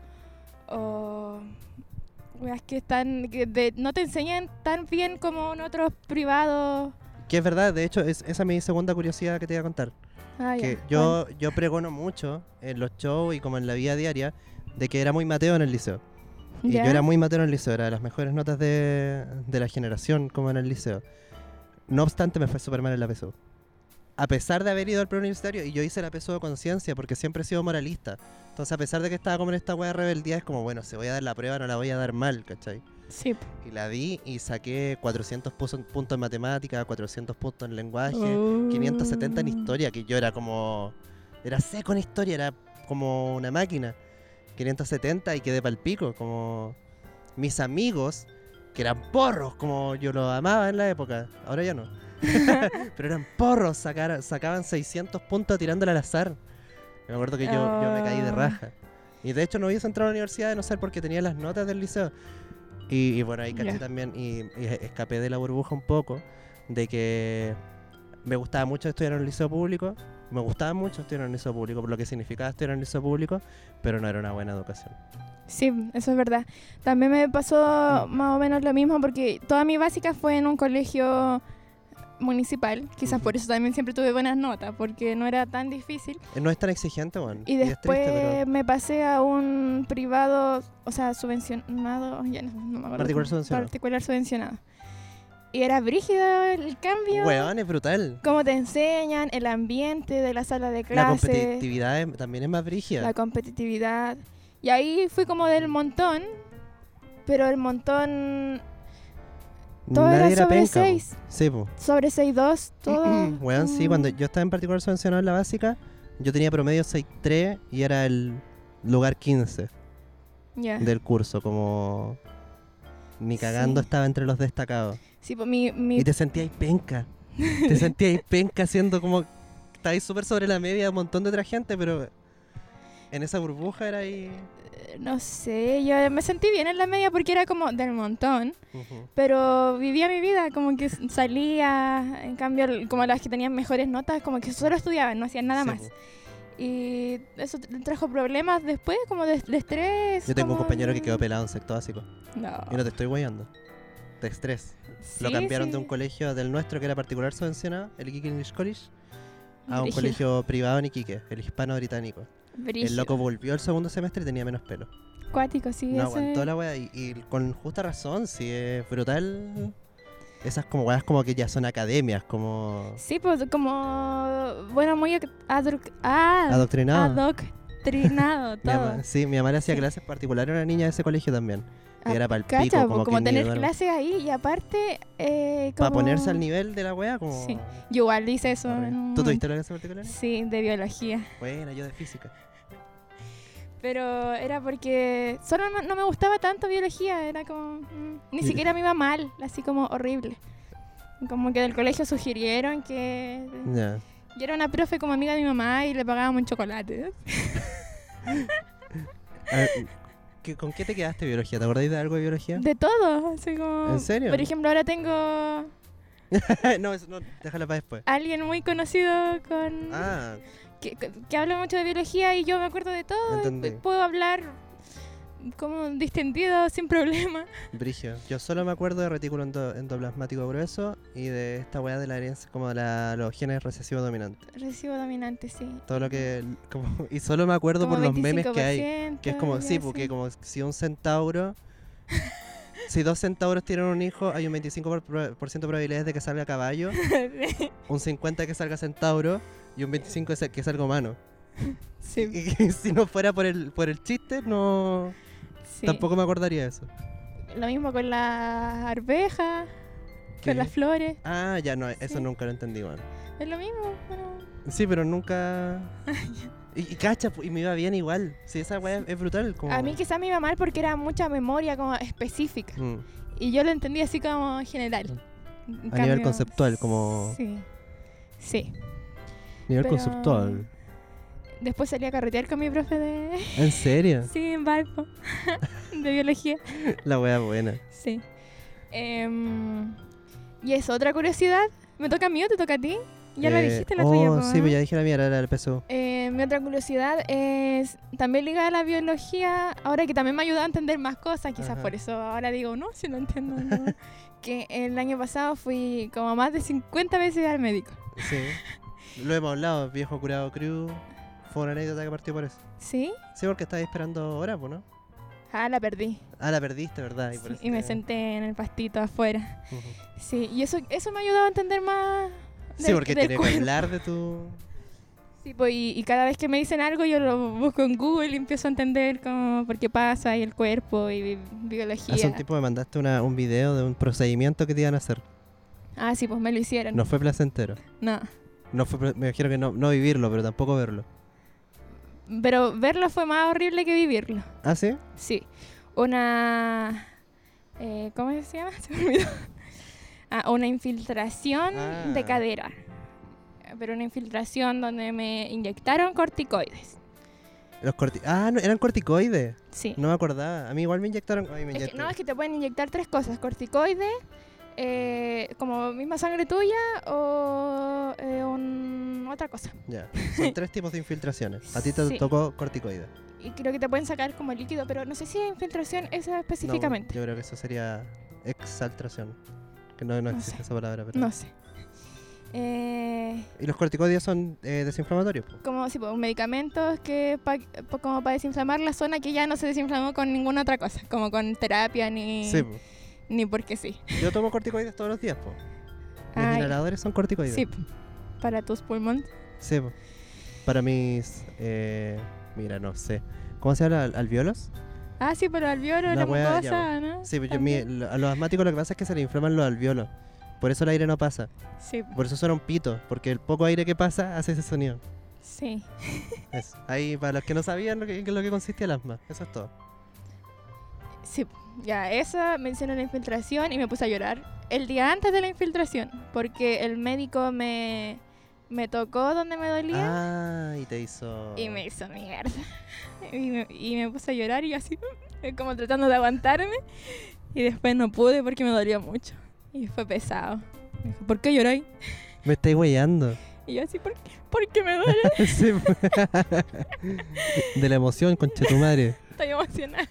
S3: o weas que están que de- no te enseñan tan bien como en otros privados.
S1: Que es verdad, de hecho, es, esa es mi segunda curiosidad que te iba a contar.
S3: Ah, ya,
S1: que
S3: bueno.
S1: yo, yo pregono mucho en los shows y como en la vida diaria de que era muy mateo en el liceo. Y
S3: Ya.
S1: eh, yo era muy mateo en el liceo, era de las mejores notas de, de la generación como en el liceo. No obstante, me fue súper mal en la PSU. A pesar de haber ido al preuniversitario, y yo hice la PSU de conciencia porque siempre he sido moralista. Entonces, a pesar de que estaba como en esta hueá de rebeldía, es como, bueno, si voy a dar la prueba, no la voy a dar mal, ¿cachai?
S3: Sí, po.
S1: Y la di y saqué 400 pu- puntos en matemática, 400 puntos en lenguaje, 570 en
S3: Oh.
S1: historia, que yo era como... Era seco en historia, era como una máquina. 570 y quedé pal pico, como... Mis amigos, que eran porros, como yo los amaba en la época, ahora ya no. Pero eran porros, sacar- sacaban 600 puntos tirándole al azar. Me acuerdo que yo, yo me caí de
S3: Ah.
S1: raja. Y de hecho no hubiese entrado a la universidad de no ser porque tenía las notas del liceo. Y, y bueno, ahí caché
S3: Ya.
S1: también y, y e- escapé de la burbuja un poco de que me gustaba mucho estudiar en un liceo público. Me gustaba mucho estudiar en un liceo público, por lo que significaba estudiar en un liceo público, pero no era una buena educación.
S3: Sí, eso es verdad. También me pasó más o menos lo mismo porque toda mi básica fue en un colegio municipal. Quizás por eso también siempre tuve buenas notas, porque no era tan difícil.
S1: Eh, No es tan exigente, bueno.
S3: Y
S1: es
S3: después
S1: triste, pero-
S3: me pasé a un privado, o sea, subvencionado, ya no, no me acuerdo.
S1: Particular subvencionado.
S3: Particular subvencionado. Y era brígido el cambio.
S1: Weón, es brutal.
S3: Cómo te enseñan, el ambiente de la sala de
S1: La
S3: clases.
S1: competitividad es- también es más brígida.
S3: la competitividad. Y ahí fui como del montón, pero el montón todo
S1: Nadie
S3: era sobre
S1: penca, po.
S3: seis.
S1: Sí, po.
S3: sobre 6-2, todo.
S1: Weón, sí,
S3: mm,
S1: cuando yo estaba en particular subvencionado en la básica, yo tenía promedio 6.3 y era el lugar 15
S3: Mm, ya.
S1: del curso, como ni cagando
S3: Sí.
S1: estaba entre los destacados.
S3: Sí, pues, mi, mi-
S1: Y te sentías penca. Te sentías penca siendo como estáis súper sobre la media de un montón de otra gente, pero en esa burbuja era ahí.
S3: no sé, yo me sentí bien en la media porque era como del montón,
S1: Ujú.
S3: pero vivía mi vida, como que s- salía, en cambio, el- como las que tenían mejores notas, como que solo estudiaban, no hacían nada
S1: Sí,
S3: más.
S1: po.
S3: Y eso tra- trajo problemas después, como de, de estrés.
S1: Yo tengo un
S3: como-
S1: compañero que quedó pelado en sexto básico.
S3: No.
S1: Y no te estoy guayando. De estrés. Lo
S3: Sí,
S1: cambiaron de
S3: sí.
S1: un colegio del nuestro, que era particular subvencionado, el Iquique English College, a un
S3: Brígido.
S1: colegio privado en Iquique, el hispano británico.
S3: Brígido.
S1: El loco volvió el segundo semestre y tenía menos pelo.
S3: Cuático, sí.
S1: no
S3: eso
S1: aguantó
S3: es-
S1: la wea y, y con justa razón, sí, es brutal. Esas como weas como que ya son academias, como
S3: Sí, pues como. Bueno, muy ac- adru- ah,
S1: adoctrinadas.
S3: adoctrinado
S1: Mi
S3: todo.
S1: mamá- sí, mi mamá le hacía
S3: Sí.
S1: clases particulares a una niña de ese colegio también. Y
S3: Ah,
S1: era para el
S3: Cacha,
S1: pico,
S3: po,
S1: como,
S3: como,
S1: que
S3: tener clases ahí y aparte. Eh,
S1: Para
S3: como-
S1: ponerse al nivel de la wea, como.
S3: Sí, Yo igual hice eso. en
S1: Arre.
S3: un
S1: ¿Tú
S3: momento.
S1: tuviste la clase particular?
S3: Sí, de biología.
S1: Bueno, yo de física.
S3: Pero era porque solo no, no me gustaba tanto biología, era como... mm, ni
S1: Mira.
S3: siquiera me iba mal, así como horrible. Como que del colegio sugirieron que...
S1: Ya.
S3: Yo era una profe como amiga de mi mamá y le pagábamos un chocolate.
S1: A ver, ¿qué- ¿Con qué te quedaste biología? ¿Te acordáis de algo de biología?
S3: De todo, así como...
S1: ¿En serio?
S3: Por ejemplo, ahora tengo
S1: no, eso no, déjala para después.
S3: alguien muy conocido con...
S1: Ah,
S3: Que, que- que habla mucho de biología y yo me acuerdo de todo.
S1: entendí.
S3: Puedo hablar como distendido, sin problema.
S1: Brigio. Yo solo me acuerdo de retículo endo- endoplasmático grueso y de esta weá de la herencia, como de la, los genes recesivos dominantes.
S3: Recibo dominante, sí.
S1: Todo lo que.
S3: Mm.
S1: como- y solo me acuerdo por los memes que hay. Que es como, sí, porque como si un centauro. si dos centauros tienen un hijo, hay un 25% por- por ciento de probabilidades de que salga caballo, un 50% que salga centauro y un 25% que sa- que salga humano.
S3: sí,
S1: Y que si no fuera por el, por el chiste, no.
S3: sí.
S1: Tampoco me acordaría de eso.
S3: Lo mismo con las arvejas,
S1: ¿Qué?
S3: con las flores.
S1: Ah, ya no, eso
S3: Sí.
S1: nunca lo entendí, bueno.
S3: Es lo mismo. Bueno,
S1: Sí, pero nunca. y, y cacha, pu- y me iba bien igual. Sí, esa weá es brutal. Como...
S3: a mí quizás me iba mal porque era mucha memoria como específica.
S1: Mm.
S3: Y yo lo entendí así como general. En
S1: A nivel conceptual, como-
S3: Sí. Sí.
S1: Nivel
S3: Pero-
S1: conceptual.
S3: Después salí a carretear con mi profe de...
S1: ¿En serio?
S3: Sí, en Valpo. de biología.
S1: La weá buena.
S3: Sí. Em, y eso, otra curiosidad. ¿Me toca a mí o te toca a ti? Ya la
S1: Eh,
S3: dijiste la
S1: oh,
S3: tuya. po,
S1: Sí,
S3: ¿no?
S1: pues ya dije la mía, era el peso.
S3: Eh, mi otra curiosidad es también ligada a la biología, ahora que también me ha ayudado a entender más cosas, quizás
S1: Ajá.
S3: por eso ahora digo, no, si no entiendo, no". que el año pasado fui como más de 50 veces al médico.
S1: Sí. lo hemos hablado, viejo curado crew. Fue una anécdota que partió por eso.
S3: ¿Sí?
S1: Sí, porque estabas esperando hora, pues, ¿no?
S3: Ah, la perdí.
S1: Ah, la perdiste, ¿verdad?
S3: Sí,
S1: por eso
S3: y me
S1: te-
S3: senté en el pastito afuera.
S1: Ujú.
S3: Sí, y eso, eso me ha ayudado a entender más.
S1: Sí,
S3: del-
S1: porque
S3: del
S1: tiene que
S3: cuerpo.
S1: hablar de tu.
S3: Sí, pues, y, y cada vez que me dicen algo yo lo busco en Google y empiezo a entender cómo, por qué pasa y el cuerpo y bi- biología.
S1: Hace un tiempo me mandaste una- un video de un procedimiento que te iban a hacer.
S3: Ah, sí, pues me lo hicieron.
S1: No fue placentero.
S3: no.
S1: No fue, pla- me imagino que no, no vivirlo, pero tampoco verlo.
S3: Pero verlo fue más horrible que vivirlo.
S1: ¿Ah, sí?
S3: Sí. Una. eh, ¿Cómo se llama? Se me olvidó. Ah, una infiltración
S1: Ah.
S3: de cadera. Pero una infiltración donde me inyectaron corticoides.
S1: Los corti ah, no, eran corticoides.
S3: Sí.
S1: No me acordaba. A mí igual me inyectaron. Ay, me
S3: Es que-
S1: inyectaron.
S3: no, es que te pueden inyectar tres cosas: corticoide, eh, como misma sangre tuya o eh, un- otra cosa.
S1: Ya. Son tres tipos de infiltraciones. A ti te
S3: Sí.
S1: tocó corticoide.
S3: Y creo que te pueden sacar como líquido, pero no sé si es infiltración esa
S1: No,
S3: específicamente.
S1: yo creo que eso sería exaltración. Que no, no
S3: No
S1: existe
S3: sé.
S1: esa palabra, pero.
S3: No sé. Eh,
S1: Y los corticóides son eh, desinflamatorios. po.
S3: Como sí, pues, medicamentos que pa- pa- como para desinflamar la zona que ya no se desinflamó con ninguna otra cosa, como con terapia ni,
S1: Sí, po.
S3: ni porque sí.
S1: Yo tomo corticoides todos los días. Po. Mis
S3: Ay,
S1: inhaladores son corticoides.
S3: sí, para tus pulmones.
S1: Sí, po. Para mis. eh, mira, no sé. ¿Cómo se habla? ¿Al- ¿Alvéolos?
S3: Ah, sí, pero alveolo,
S1: La
S3: la,
S1: wea ya,
S3: mucosa, ¿no?
S1: Sí, pues yo- mi-
S3: También.
S1: lo- a los asmáticos lo que pasa es que se le inflaman los alvéolos. Por eso el aire no pasa.
S3: Sí,
S1: Por eso suena un pito. Porque el poco aire que pasa hace ese sonido.
S3: sí.
S1: Eso. Ahí, para los que no sabían lo que, lo que consistía el asma. Eso es todo.
S3: Sí, ya, esa menciona la infiltración y me puse a llorar el día antes de la infiltración, porque el médico me, me tocó donde me dolía
S1: Ah, y te hizo.
S3: y me hizo mierda. Y me, y me puse a llorar y yo así, eh, como tratando de aguantarme, y después no pude porque me dolía mucho. Y fue pesado. Me dijo, ¿por qué lloráis?
S1: Me estáis huellando.
S3: Y yo así, ¿por qué? Porque me duele,
S1: Sí, po. De la emoción, concha tu madre.
S3: estoy emocionada,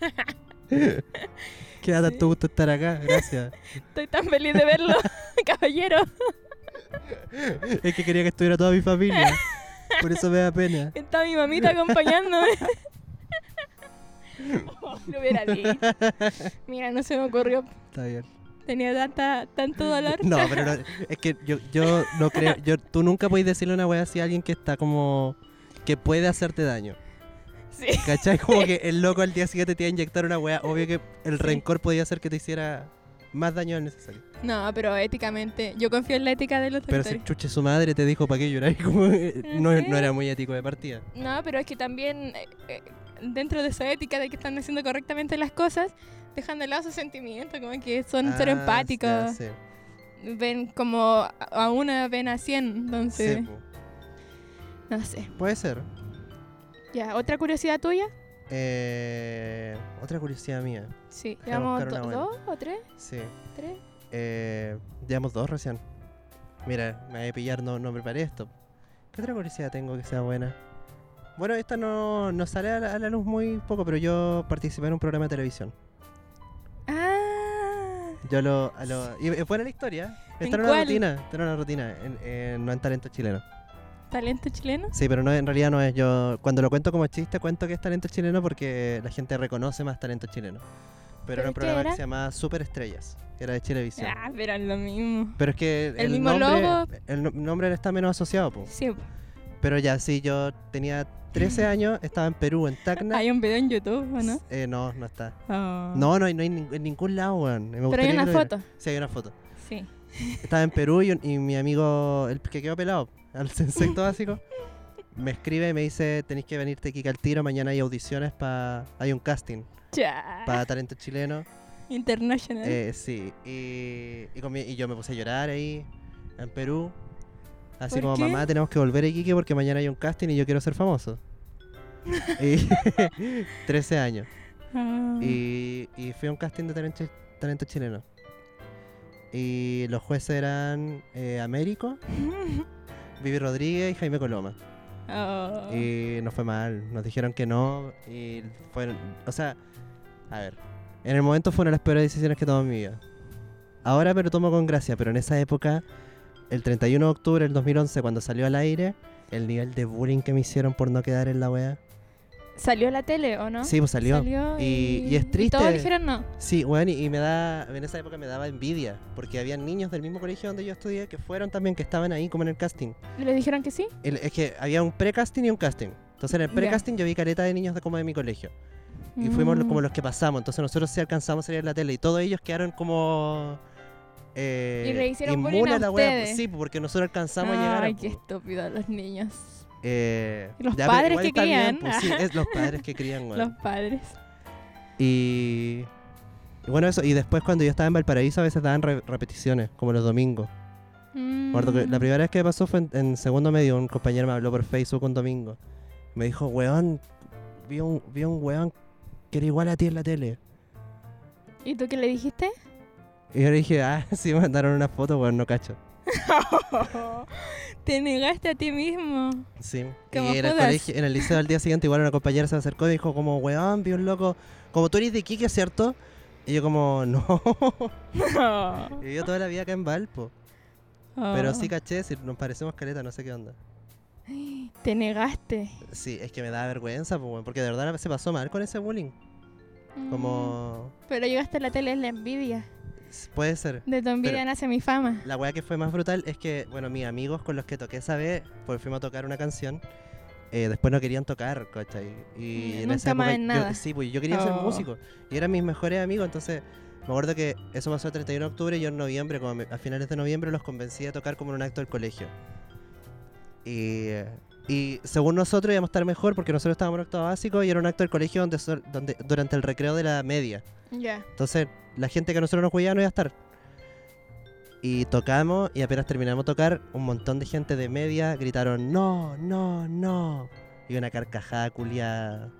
S1: Qué da tanto gusto estar acá, gracias.
S3: estoy tan feliz de verlo, caballero.
S1: Es que quería que estuviera toda mi familia. Por eso me da pena.
S3: Está mi mamita acompañándome. Oh, lo hubiera dicho. Mira, no se me ocurrió.
S1: Está bien.
S3: Tenía tanta, tanto dolor.
S1: No, pero no- es que yo, yo no creo. Yo, tú nunca puedes decirle una wea así a alguien que está como. que puede hacerte daño.
S3: Sí.
S1: ¿Cachai? Como que el loco al día siguiente te iba a inyectar una wea. Obvio que el rencor podía hacer que te hiciera más daño del necesario.
S3: No, pero éticamente. Yo confío en la ética de los
S1: Pero
S3: doctores.
S1: si chuche su madre te dijo para qué llorar, como, eh, no, no era muy ético de partida.
S3: No, pero es que también eh, eh, dentro de esa ética de que están haciendo correctamente las cosas, dejan de lado sus sentimientos, como que son cero
S1: Ah,
S3: empáticos.
S1: ya, sí.
S3: Ven como a- a una, ven a cien. Entonces,
S1: Sí, po.
S3: no sé.
S1: Puede ser.
S3: Ya, ¿otra curiosidad tuya?
S1: Eh, otra curiosidad mía.
S3: Sí.
S1: Voy a
S3: ¿Llevamos
S1: buscar
S3: do-
S1: una
S3: dos o tres?
S1: Sí.
S3: ¿Tres?
S1: Eh, llevamos dos recién. Mira, me voy a pillar, no, no preparé esto. ¿Qué otra curiosidad tengo que sea buena? Bueno, esta no, no sale a la, a la luz muy poco, pero yo participé en un programa de televisión.
S3: Ah.
S1: Yo lo... a lo- y es buena la historia.
S3: ¿En
S1: Está en una
S3: cuál?
S1: rutina. Está en una rutina. En, en No en talento chileno.
S3: talento chileno.
S1: Sí, pero no, en realidad no es. Yo cuando lo cuento como chiste, cuento que es talento chileno porque la gente reconoce más talento chileno. Pero
S3: ¿Pero
S1: era un
S3: qué
S1: programa
S3: era?
S1: que se llamaba Superestrellas. Era de Chilevisión.
S3: Ah, pero es lo mismo.
S1: Pero es que el,
S3: mismo
S1: nombre,
S3: logo.
S1: el no- nombre está menos asociado, po.
S3: Sí,
S1: Pero ya, sí, yo tenía 13 años, estaba en Perú, en Tacna.
S3: hay un video en YouTube, ¿o no?
S1: Eh, no, no está.
S3: Ah.
S1: No, no, hay- no hay nin- en ningún lado, weón. Me
S3: Pero hay
S1: gustaría
S3: una
S1: que lo hubiera.
S3: foto.
S1: Sí, hay una foto.
S3: Sí.
S1: Estaba en Perú y, un- y mi amigo, el que quedó pelado, al sexto básico, me escribe y me dice, tenéis que venirte aquí al tiro, mañana hay audiciones para... Hay un casting
S3: Ya.
S1: para talento chileno.
S3: International.
S1: Eh, sí, y, y, con mi- y yo me puse a llorar ahí, en Perú. Así
S3: ¿Por
S1: como,
S3: qué?
S1: mamá, tenemos que volver a Iquique porque mañana hay un casting y yo quiero ser famoso. y, 13 años.
S3: Ah.
S1: Y, y fui a un casting de talento, talento chileno. Y los jueces eran eh, Américo, Vivi Rodríguez y Jaime Coloma.
S3: Ah.
S1: Y nos fue mal, nos dijeron que no. Y fueron, o sea, a ver, en el momento fue una de las peores decisiones que tomé en mi vida. Ahora me lo tomo con gracia, pero en esa época, el 31 de octubre del 2011, cuando salió al aire, el nivel de bullying que me hicieron por no quedar en la wea.
S3: ¿Salió a la tele o no?
S1: Sí, pues salió.
S3: ¿Ah? Salió
S1: Y- y es triste.
S3: todos dijeron no.
S1: Sí, bueno, y, y me da, en esa época me daba envidia, porque había niños del mismo colegio donde yo estudié que fueron también, que estaban ahí como en el casting.
S3: ¿Y ¿Le dijeron que sí?
S1: El- es que había un pre-casting y un casting. Entonces en el
S3: Ya.
S1: pre-casting yo vi careta de niños de como de mi colegio. Y fuimos
S3: Mm.
S1: lo- como los que pasamos. Entonces nosotros sí alcanzamos a salir en la tele. Y todos ellos quedaron como. Eh,
S3: Y le hicieron bullying
S1: inmunes
S3: a
S1: wea, pues,
S3: ustedes.
S1: Sí, porque nosotros alcanzamos a llegar.
S3: Ay,
S1: a-
S3: qué estúpidos los niños.
S1: eh,
S3: Y los
S1: pero
S3: padres
S1: igual
S3: que
S1: está bien,
S3: crían.
S1: pues, sí, es los padres que crían, weón.
S3: Los padres.
S1: Y. y bueno, eso. Y después cuando yo estaba en Valparaíso a veces daban re- repeticiones, como los domingos. Me acuerdo que la
S3: Mm.
S1: primera vez que me pasó fue en, en segundo medio. Un compañero me habló por Facebook un domingo. Me dijo, weón, vi un, vi un weón que era igual a ti en la tele.
S3: ¿Y tú qué le dijiste?
S1: Y yo le dije, ah, sí, me mandaron una foto, weón, no cacho.
S3: Te negaste a ti mismo.
S1: Sí. Y
S3: Que
S1: en
S3: me
S1: el,
S3: jodas.
S1: colegio- en el liceo al día siguiente igual una compañera se me acercó y dijo como, weón, vi un loco, como tú eres de Iquique, ¿cierto? Y yo como, no,
S3: No.
S1: yo vivo toda la vida acá en Valpo. Pero
S3: Oh.
S1: sí caché, si nos parecemos caleta, no sé qué onda.
S3: Te negaste.
S1: Sí, es que me da vergüenza, pues, weón, porque de verdad se pasó mal con ese bullying. Como.
S3: Mm, Pero llegaste a la tele es la envidia.
S1: s- Puede ser.
S3: De tu envidia
S1: Pero-
S3: nace mi fama.
S1: La weá que fue más brutal es que, bueno, mis amigos con los que toqué esa vez, pues fuimos a tocar una canción, eh, después no querían tocar, ¿cachai? Y en
S3: Mm,
S1: esa
S3: nunca más
S1: época
S3: en
S1: yo-
S3: nada.
S1: sí, pues yo quería ser
S3: Oh.
S1: músico y eran mis mejores amigos, entonces me acuerdo que eso pasó el 31 de octubre y yo en noviembre, como a me- a finales de noviembre, los convencí a tocar como en un acto del colegio. Y, eh, y según nosotros íbamos a estar mejor porque nosotros estábamos en octavo básico y era un acto del colegio donde, sol- donde durante el recreo de la media.
S3: Ya.
S1: Entonces, la gente que a nosotros nos cuidaba no iba a estar. Y tocamos, y apenas terminamos de tocar, un montón de gente de media gritaron: No, no, no. Y una carcajada culiada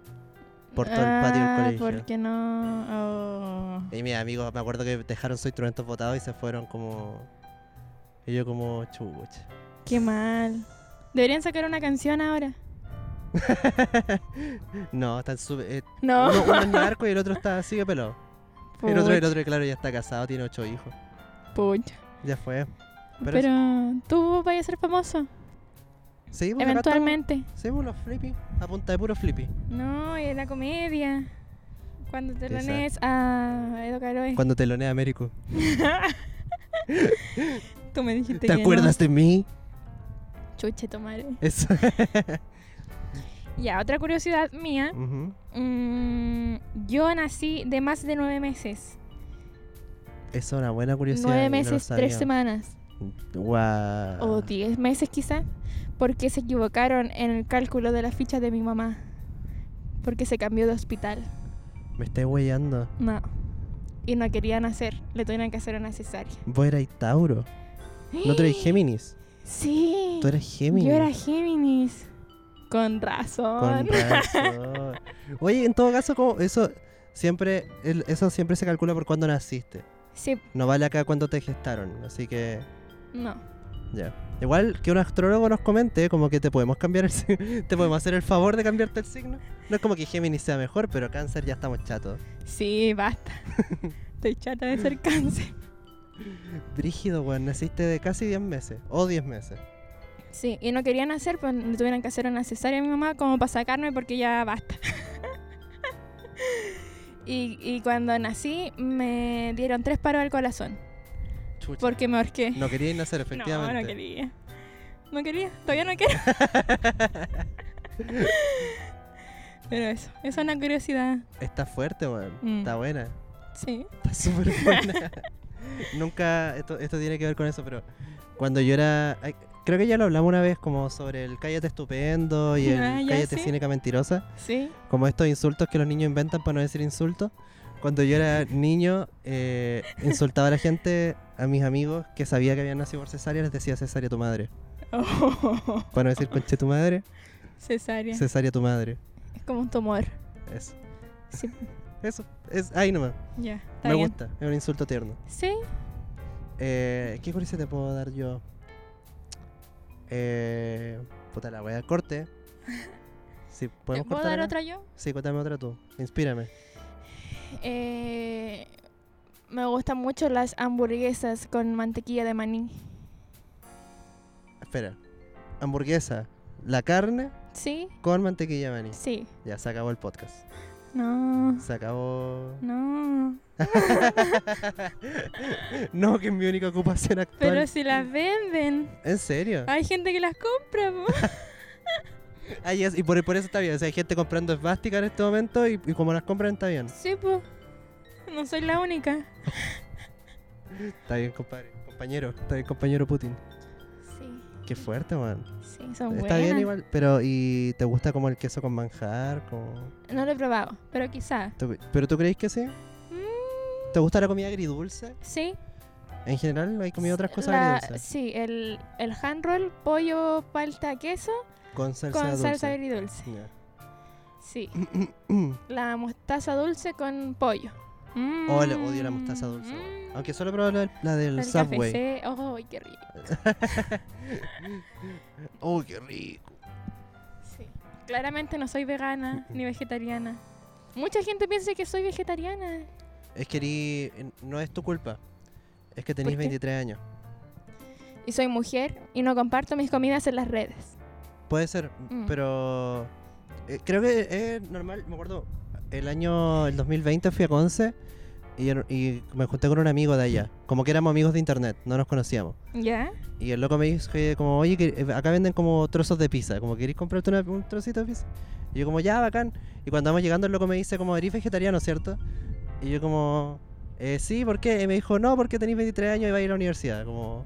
S1: por todo el patio
S3: Ah,
S1: del colegio.
S3: Porque no. Oh.
S1: Y mis amigos, me acuerdo que dejaron sus instrumentos botados y se fueron como. Y yo, como chucha.
S3: Qué mal. Deberían sacar una canción ahora.
S1: No, están súper. eh,
S3: No.
S1: uno, uno es narco y el otro está así de pelado. El otro, el
S3: Puch,
S1: otro, claro, ya está casado, tiene ocho hijos.
S3: puch.
S1: Ya fue.
S3: Pero,
S1: Pero-
S3: tú vas a ser famoso.
S1: Sí, pues, acá estamos.
S3: Eventualmente.
S1: Sí, pues, los flippy. A punta de puro flippy.
S3: No, y la comedia. Cuando te
S1: Esa.
S3: renes a Edo Caroe.
S1: Cuando telonea Américo.
S3: Tú me dijiste
S1: ¿Te,
S3: que no.
S1: acuerdas de mí?
S3: Chuche, tomar.
S1: Eso.
S3: Ya, otra curiosidad mía.
S1: Ujú.
S3: Mm, yo nací de más de nueve meses.
S1: Es una buena curiosidad.
S3: Nueve
S1: y no lo
S3: meses, tres
S1: sabía. Ah.
S3: semanas. Oh,
S1: Guau.
S3: O diez meses quizá. Porque se equivocaron en el cálculo de las fichas de mi mamá. Porque se cambió de hospital.
S1: Me estáis huellando.
S3: No. Y no quería nacer. Le tuvieron que hacer una cesárea.
S1: Vos erais Tauro. No, tú eres Géminis.
S3: Sí.
S1: Tú eres Géminis.
S3: Yo era Géminis. Con razón.
S1: Con razón. Oye, en todo caso, como eso siempre, el- eso siempre se calcula por cuándo naciste.
S3: Sí,
S1: No vale acá cuándo te gestaron. Así que,
S3: no.
S1: ya. Igual que un astrólogo nos comente, como que te podemos cambiar el signo. Te podemos hacer el favor de cambiarte el signo. No es como que Géminis sea mejor, pero cáncer ya estamos chatos.
S3: Sí, basta. Estoy chata de ser cáncer.
S1: Brígido, weón, naciste de casi 10 meses, o 10 meses.
S3: Sí, y no quería nacer, pues le tuvieron que hacer una cesárea a mi mamá como para sacarme porque ya basta. y, y cuando nací me dieron tres paros al corazón
S1: Chucha.
S3: porque me ahorqué.
S1: No queríais nacer,
S3: No,
S1: efectivamente.
S3: no quería. No quería, todavía no quiero. Pero eso, eso es una curiosidad.
S1: Está fuerte, weón.
S3: Mm.
S1: Está buena.
S3: Sí.
S1: Está súper buena. Nunca, esto, esto tiene que ver con eso, pero cuando yo era... ay, Creo que ya lo hablamos una vez, como sobre el cállate estupendo y el
S3: Ah, ya,
S1: cállate
S3: sí.
S1: cínica mentirosa.
S3: Sí.
S1: como estos insultos que los niños inventan para no decir insultos. Cuando yo era niño, eh, insultaba a la gente, a mis amigos que sabía que habían nacido por cesárea, les decía cesárea tu madre. Para no decir conche tu madre,
S3: Oh, cesárea.
S1: cesárea tu madre.
S3: es como un tumor.
S1: Eso.
S3: Sí.
S1: Eso. Es, ahí nomás.
S3: Ya, está
S1: Me
S3: bien.
S1: gusta. Es un insulto tierno.
S3: Sí.
S1: Eh, ¿Qué curiosidad te puedo dar yo? Eh, puta la wea, corte. Sí,
S3: ¿Te
S1: podemos
S3: ¿Puedo
S1: cortar.
S3: dar
S1: acá?
S3: otra yo?
S1: Sí, cuéntame otra tú. Inspírame.
S3: Eh, me gustan mucho las hamburguesas con mantequilla de maní.
S1: Espera. Hamburguesa. La carne
S3: ¿Sí?
S1: con mantequilla de maní.
S3: Sí.
S1: Ya se acabó el podcast.
S3: No.
S1: Se
S3: Mm.
S1: acabó.
S3: No.
S1: no, que es mi única ocupación actual.
S3: Pero si las venden.
S1: ¿En serio?
S3: Hay gente que las compra, po.
S1: Ah, yes, y por, por eso está bien. O sea, hay gente comprando esvástica en este momento y, y como las compran está bien.
S3: Sí, po. No soy la única.
S1: Está bien, compadre. Compañero. Está bien, compañero Putin.
S3: Sí.
S1: Qué fuerte, man.
S3: Sí, son
S1: Está bien
S3: buenas.
S1: igual. Pero, ¿y te gusta como el queso con manjar? Como...
S3: No lo he probado, pero quizá.
S1: ¿Tú- ¿Pero tú crees que sí?
S3: Mm,
S1: ¿Te gusta la comida agridulce?
S3: sí.
S1: En general, ¿hay comido otras cosas
S3: La-
S1: agridulces?
S3: Sí, el, el hand roll, pollo, palta, queso
S1: Con salsa
S3: con
S1: dulce.
S3: salsa agridulce.
S1: Ya.
S3: Sí. La mostaza dulce con pollo.
S1: Oh, le odio la mostaza dulce. weón. Aunque solo probé la, la del Subway.
S3: Mm. Café, oh, qué rico.
S1: Oh, qué rico.
S3: Sí. Claramente no soy vegana ni vegetariana. Mucha gente piensa que soy vegetariana.
S1: Es que eri- no es tu culpa. Es que tenés
S3: qué?
S1: 23 años.
S3: y soy mujer y no comparto mis comidas en las redes.
S1: Puede ser,
S3: Mm.
S1: pero eh, creo que es normal. Me acuerdo, el año el 2020 fui a Conce y, en- y me junté con un amigo de allá. Como que éramos amigos de internet, no nos conocíamos.
S3: ¿Ya?
S1: Y el loco me dijo que como, oye, que eh, acá venden como trozos de pizza, como queréis comprarte una- un trocito de pizza. Y yo como, ya, bacán. Y cuando vamos llegando el loco me dice como, eres vegetariano, ¿cierto? Y yo como, "Eh, sí, ¿por qué? Y me dijo, no, porque tenéis 23 años y vais a ir a la universidad. Como,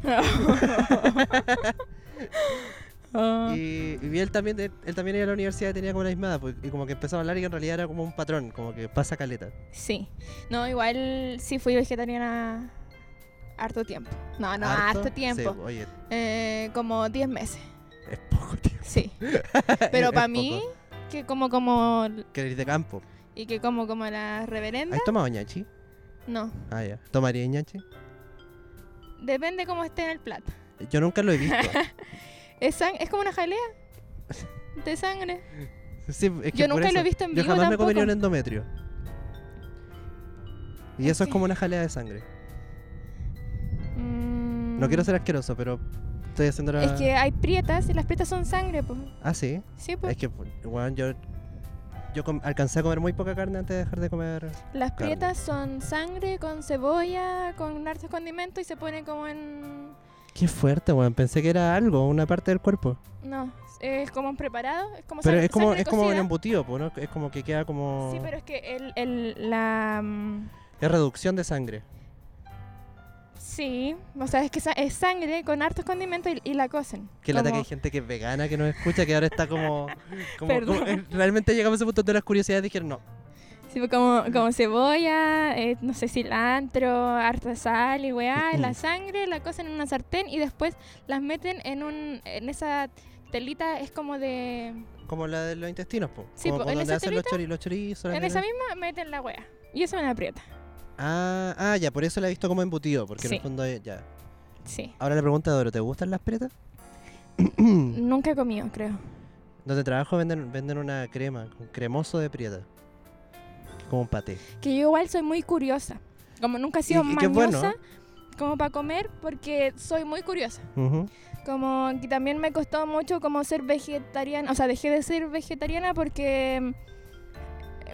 S3: Oh.
S1: Y, y él también, él, también iba a la universidad y tenía como la misma edad, pues, y como que empezaba a hablar y en realidad era como un patrón, como que pasa caleta.
S3: Sí. No, igual sí fui vegetariana harto tiempo. No, no, harto, tiempo.
S1: Sí, oye,
S3: Eh, como 10 meses.
S1: es poco tiempo.
S3: Sí.
S1: Es
S3: Pero
S1: poco.
S3: para mí, que como como...
S1: Que eres de campo.
S3: Y que como como la reverenda,
S1: ¿Has tomado ñachi?
S3: no.
S1: Ah, ya. ¿Tomaría ñachi?
S3: Depende cómo esté en el plato.
S1: Yo nunca lo he visto.
S3: Es, sang- es como una jalea de sangre.
S1: Sí, es que
S3: Yo
S1: por
S3: nunca lo he
S1: eso.
S3: visto en
S1: Yo
S3: vivo
S1: jamás me comería
S3: tampoco.
S1: un endometrio. Y
S3: Es
S1: eso es
S3: que-
S1: como una jalea de sangre.
S3: Mm,
S1: No quiero ser asqueroso, pero estoy haciendo la...
S3: Es que hay prietas y las prietas son sangre, pues.
S1: Ah, sí.
S3: Sí, pues.
S1: Es que, weón, yo... Yo com- alcancé a comer muy poca carne antes de dejar de comer...
S3: Las
S1: carne.
S3: prietas son sangre con cebolla, con hartos condimentos y se pone como en...
S1: Qué fuerte, weón. Pensé que era algo, una parte del cuerpo.
S3: No, es como un preparado, es como
S1: Pero
S3: sang-
S1: es como,
S3: sangre
S1: es como un
S3: cocida.
S1: embutido, po, ¿no? Es como que queda como...
S3: Sí, pero es que el, el- la... mm,
S1: Es reducción de sangre.
S3: Sí, o sea, es que sa- es sangre con hartos condimentos y, y la cocen.
S1: Que la
S3: como-
S1: que hay gente que es vegana, que no escucha, que ahora está como... como-
S3: Perdón.
S1: como- eh, realmente llegamos a ese punto de las curiosidades y dijeron, no,
S3: Sí, pues como, como cebolla, eh, no sé, cilantro, harta sal y weá, la sangre, la cocen en una sartén y después las meten en un en esa telita, es como de...
S1: como la de los intestinos, po.
S3: Sí,
S1: como
S3: po,
S1: por
S3: ¿en
S1: donde
S3: esa
S1: hacen los, chori- los chorizos. las
S3: En esa
S1: nenas.
S3: misma meten la weá. Y eso me la aprieta.
S1: Ah, ah, ya, por eso la he visto como embutido, porque en el
S3: Sí.
S1: fondo es- ya.
S3: Sí.
S1: Ahora la pregunta de oro, ¿te gustan las pretas? Mm.
S3: Nunca he comido, creo.
S1: Donde trabajo venden, venden una crema, un cremoso de prieta. Como un paté.
S3: Que yo igual soy muy curiosa. Como nunca he sido
S1: Y- y qué bueno. ¿eh?
S3: mañosa como para comer porque soy muy curiosa.
S1: Ujú.
S3: Como que también me costó mucho como ser vegetariana, o sea, dejé de ser vegetariana porque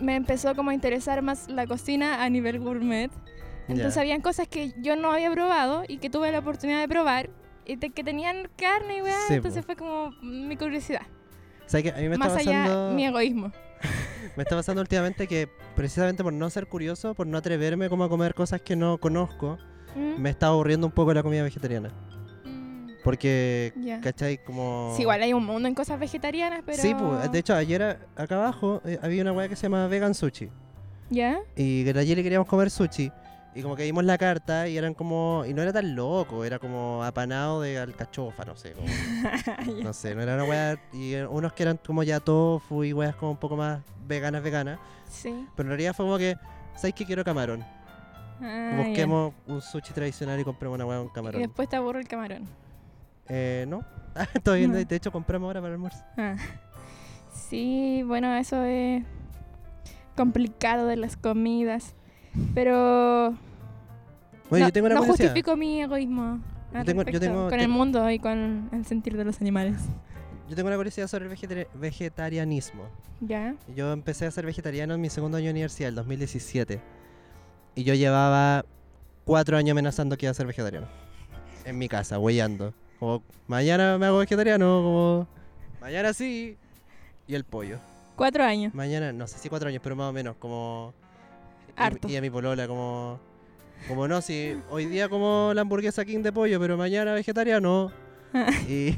S3: mm, me empezó como a interesar más la cocina a nivel gourmet. Entonces
S1: Ya.
S3: habían cosas que yo no había probado y que tuve la oportunidad de probar y te- que tenían carne y weá,
S1: Sí, po.
S3: entonces fue como mi curiosidad.
S1: ¿Sabes qué? A mí me
S3: más
S1: está
S3: allá
S1: pasando...
S3: mi egoísmo.
S1: Me está pasando últimamente que precisamente por no ser curioso, por no atreverme como a comer cosas que no conozco,
S3: Mm,
S1: me está aburriendo un poco la comida vegetariana.
S3: mm,
S1: Porque,
S3: ya.
S1: ¿cachai? Como...
S3: Sí, igual hay un mundo en cosas vegetarianas, pero...
S1: Sí, pues, de hecho ayer a- acá abajo eh, había una weá que se llama vegan sushi.
S3: ¿Ya?
S1: Y que ayer le queríamos comer sushi. Y como que vimos la carta y eran como... Y no era tan loco, era como apanado de alcachofa, no sé. como- no sé, no era una weá... Y eh, unos que eran como ya tofu y weas como un poco más veganas, veganas.
S3: Sí.
S1: Pero en realidad fue como que... ¿Sabes qué quiero camarón?
S3: Ah, ya.
S1: Busquemos un sushi tradicional y compremos una hueá con
S3: Y
S1: camarón.
S3: después te aburro el camarón.
S1: Eh, no. Ah, Todavía no.
S3: No.
S1: De hecho, compramos ahora para el almuerzo.
S3: Ah. Sí, bueno, eso es complicado de las comidas. Pero
S1: Bueno,
S3: no,
S1: yo tengo una
S3: no
S1: curiosidad.
S3: justifico mi egoísmo al
S1: Yo tengo- yo
S3: respecto,
S1: tengo-
S3: con el
S1: tengo-
S3: mundo y con el sentir de los animales.
S1: Yo tengo una curiosidad sobre el vegetari- vegetarianismo.
S3: ¿Ya?
S1: Yo empecé a ser vegetariano en mi segundo año de universidad, el 2017. Y yo llevaba cuatro años amenazando que iba a ser vegetariano. En mi casa, huellando. Como, mañana me hago vegetariano, como, mañana sí. Y el pollo.
S3: Cuatro años.
S1: Mañana, no sé si cuatro años, pero más o menos, como... y-
S3: Harto.
S1: Y, a mi polola, como... Como no, si hoy día como la hamburguesa king de pollo, pero mañana vegetariano. y,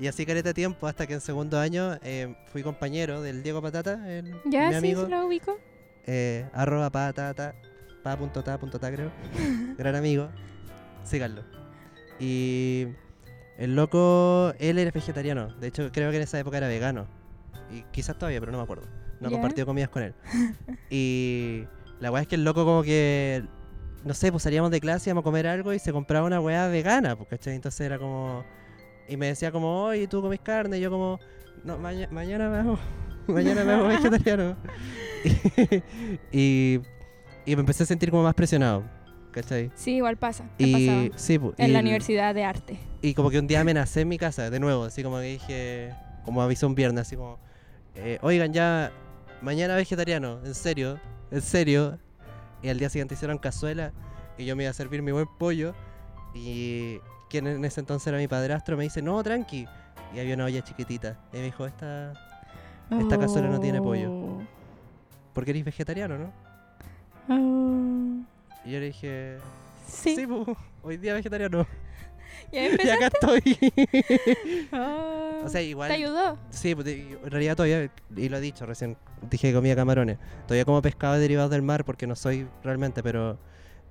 S1: y así careta tiempo, hasta que en segundo año eh, fui compañero del Diego Patata, el,
S3: ¿Ya?
S1: mi
S3: Sí,
S1: amigo.
S3: sí, lo ubico.
S1: eh, arroba patata, pa punto ta punto ta, creo. Gran amigo. Síganlo. Y el loco, él era vegetariano. De hecho, creo que en esa época era vegano. Y quizás todavía, pero no me acuerdo. No he
S3: Ya.
S1: compartido comidas con él. Y la weá es que el loco como que... No sé, pues salíamos de clase, íbamos a comer algo y se compraba una weá vegana, pues, ¿cachai? Entonces era como... Y me decía como, oye, ¿tú comís carne? Y yo como, no, maña- mañana me hago... Mañana me hago vegetariano. y, y me empecé a sentir como más presionado. ¿cachai?
S3: Sí, igual pasa. me pasaba.
S1: Y, sí, pu,
S3: En
S1: y
S3: la
S1: el-
S3: Universidad de Arte.
S1: Y como que un día amenacé en mi casa, de nuevo, así como que dije, como avisé un viernes, así como, eh, oigan, ya, mañana vegetariano, en serio, en serio. Y al día siguiente hicieron cazuela y yo me iba a servir mi buen pollo. Y quien en ese entonces era mi padrastro me dice, no, tranqui. Y había una olla chiquitita. Y me dijo, esta, Esta cazuela no tiene pollo.
S3: Oh,
S1: porque eres vegetariano, ¿no?
S3: oh.
S1: Y yo le dije, sí,
S3: Sí.
S1: pu, hoy día vegetariano.
S3: Y ahí
S1: Y
S3: empezó.
S1: acá estoy.
S3: Oh.
S1: o sea,
S3: ¿Te
S1: igual
S3: ayudó?
S1: Sí, pues, de- en realidad todavía, y lo he dicho recién, dije que comía camarones. Todavía como pescado derivado del mar porque no soy realmente, pero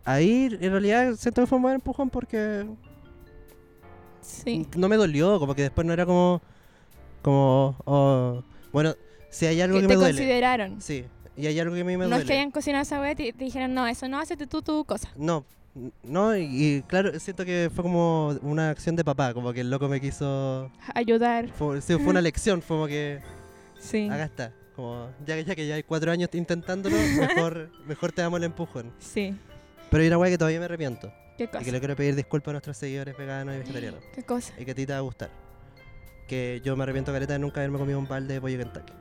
S1: ahí en realidad siento que fue un buen empujón porque
S3: Sí.
S1: no me dolió, como que después no era como, como, oh, bueno, si hay algo
S3: Que
S1: que,
S3: te
S1: me duele.
S3: consideraron.
S1: Sí, y hay algo que a mí me
S3: no
S1: duele.
S3: es que hayan cocinado esa wea y te, te dijeron, no, eso no, hacete tú tu cosa.
S1: No, n- no, y, y claro, siento que fue como una acción de papá, como que el loco me quiso,
S3: Ayudar.
S1: fue, sí, fue una lección, fue como que...
S3: Sí.
S1: Acá está. Como, ya, que- ya que ya hay cuatro años intentándolo, mejor, mejor te damos el empujón.
S3: Sí.
S1: Pero hay una weá que todavía me arrepiento.
S3: ¿Qué
S1: Y que
S3: cosa?
S1: le quiero pedir disculpas a nuestros seguidores veganos y vegetarianos.
S3: ¿Qué cosa?
S1: Y que a ti te va a gustar. Que yo me arrepiento careta de nunca haberme comido un balde de pollo Kentucky.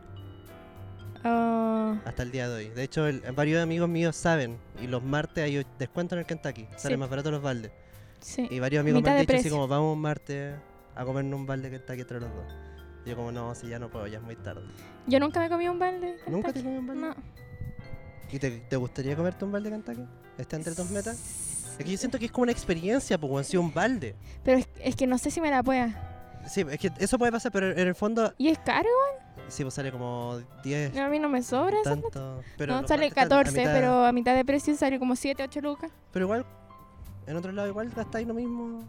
S3: Oh,
S1: Hasta el día de hoy. De hecho, el- varios amigos míos saben. Y los martes hay descuento en el Kentucky. Salen
S3: Sí.
S1: más baratos los baldes.
S3: sí.
S1: Y varios amigos me
S3: Mitad
S1: han
S3: de
S1: dicho así
S3: precio.
S1: como, vamos un martes a comernos un balde de Kentucky entre los dos. Y yo como, no, si ya no puedo, ya es muy tarde.
S3: Yo nunca me comí un balde. de
S1: ¿Nunca te
S3: Kentucky.
S1: comí un balde?
S3: No.
S1: ¿Y te, te gustaría comerte un balde de Kentucky? ¿Está entre tus metas? Es que yo siento que es como una experiencia, pues, weón, si un balde.
S3: Pero es, es que no sé si me la pueda.
S1: Sí, es que eso puede pasar, pero en el fondo,
S3: ¿Y es caro?
S1: sí, pues sale como 10,
S3: A mí no me sobra esa plata.
S1: tanto. Pero
S3: no,
S1: los
S3: sale
S1: baldes están a
S3: 14,
S1: mitad-
S3: pero a mitad de precio sale como 7, 8 lucas.
S1: Pero igual, en otro lado, igual gastáis lo mismo.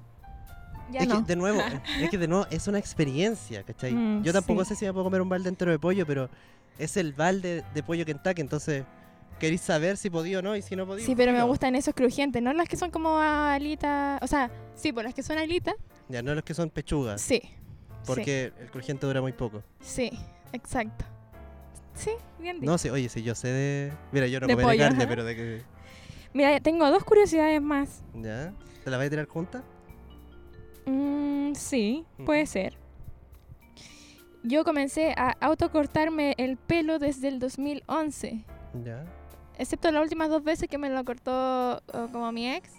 S3: Ya
S1: es
S3: no.
S1: que, de nuevo, es que de nuevo, es una experiencia, ¿cachai?
S3: Mm,
S1: yo tampoco
S3: sí.
S1: sé si me puedo comer un balde entero de pollo, pero es el balde de pollo Kentucky, entonces queréis saber si podía o no, y si no podía.
S3: Sí, pero me
S1: filo.
S3: gustan esos crujientes, no las que son como alitas. O sea, sí, por las que son alitas.
S1: Ya, no los que son pechugas,
S3: Sí. sí,
S1: porque el crujiente dura muy poco.
S3: Sí, exacto. Sí, bien dicho.
S1: No, sí, oye, sí, yo sé de. Mira, yo no
S3: De
S1: comeré
S3: pollo,
S1: carne,
S3: ajá.
S1: pero de que.
S3: Mira, tengo dos curiosidades más.
S1: ¿Ya? ¿Te la vas a tirar junta?
S3: Mm, sí, puede
S1: Ujú.
S3: ser. Yo comencé a autocortarme el pelo desde el 2011,
S1: Ya.
S3: excepto las últimas dos veces que me lo cortó eh, como mi ex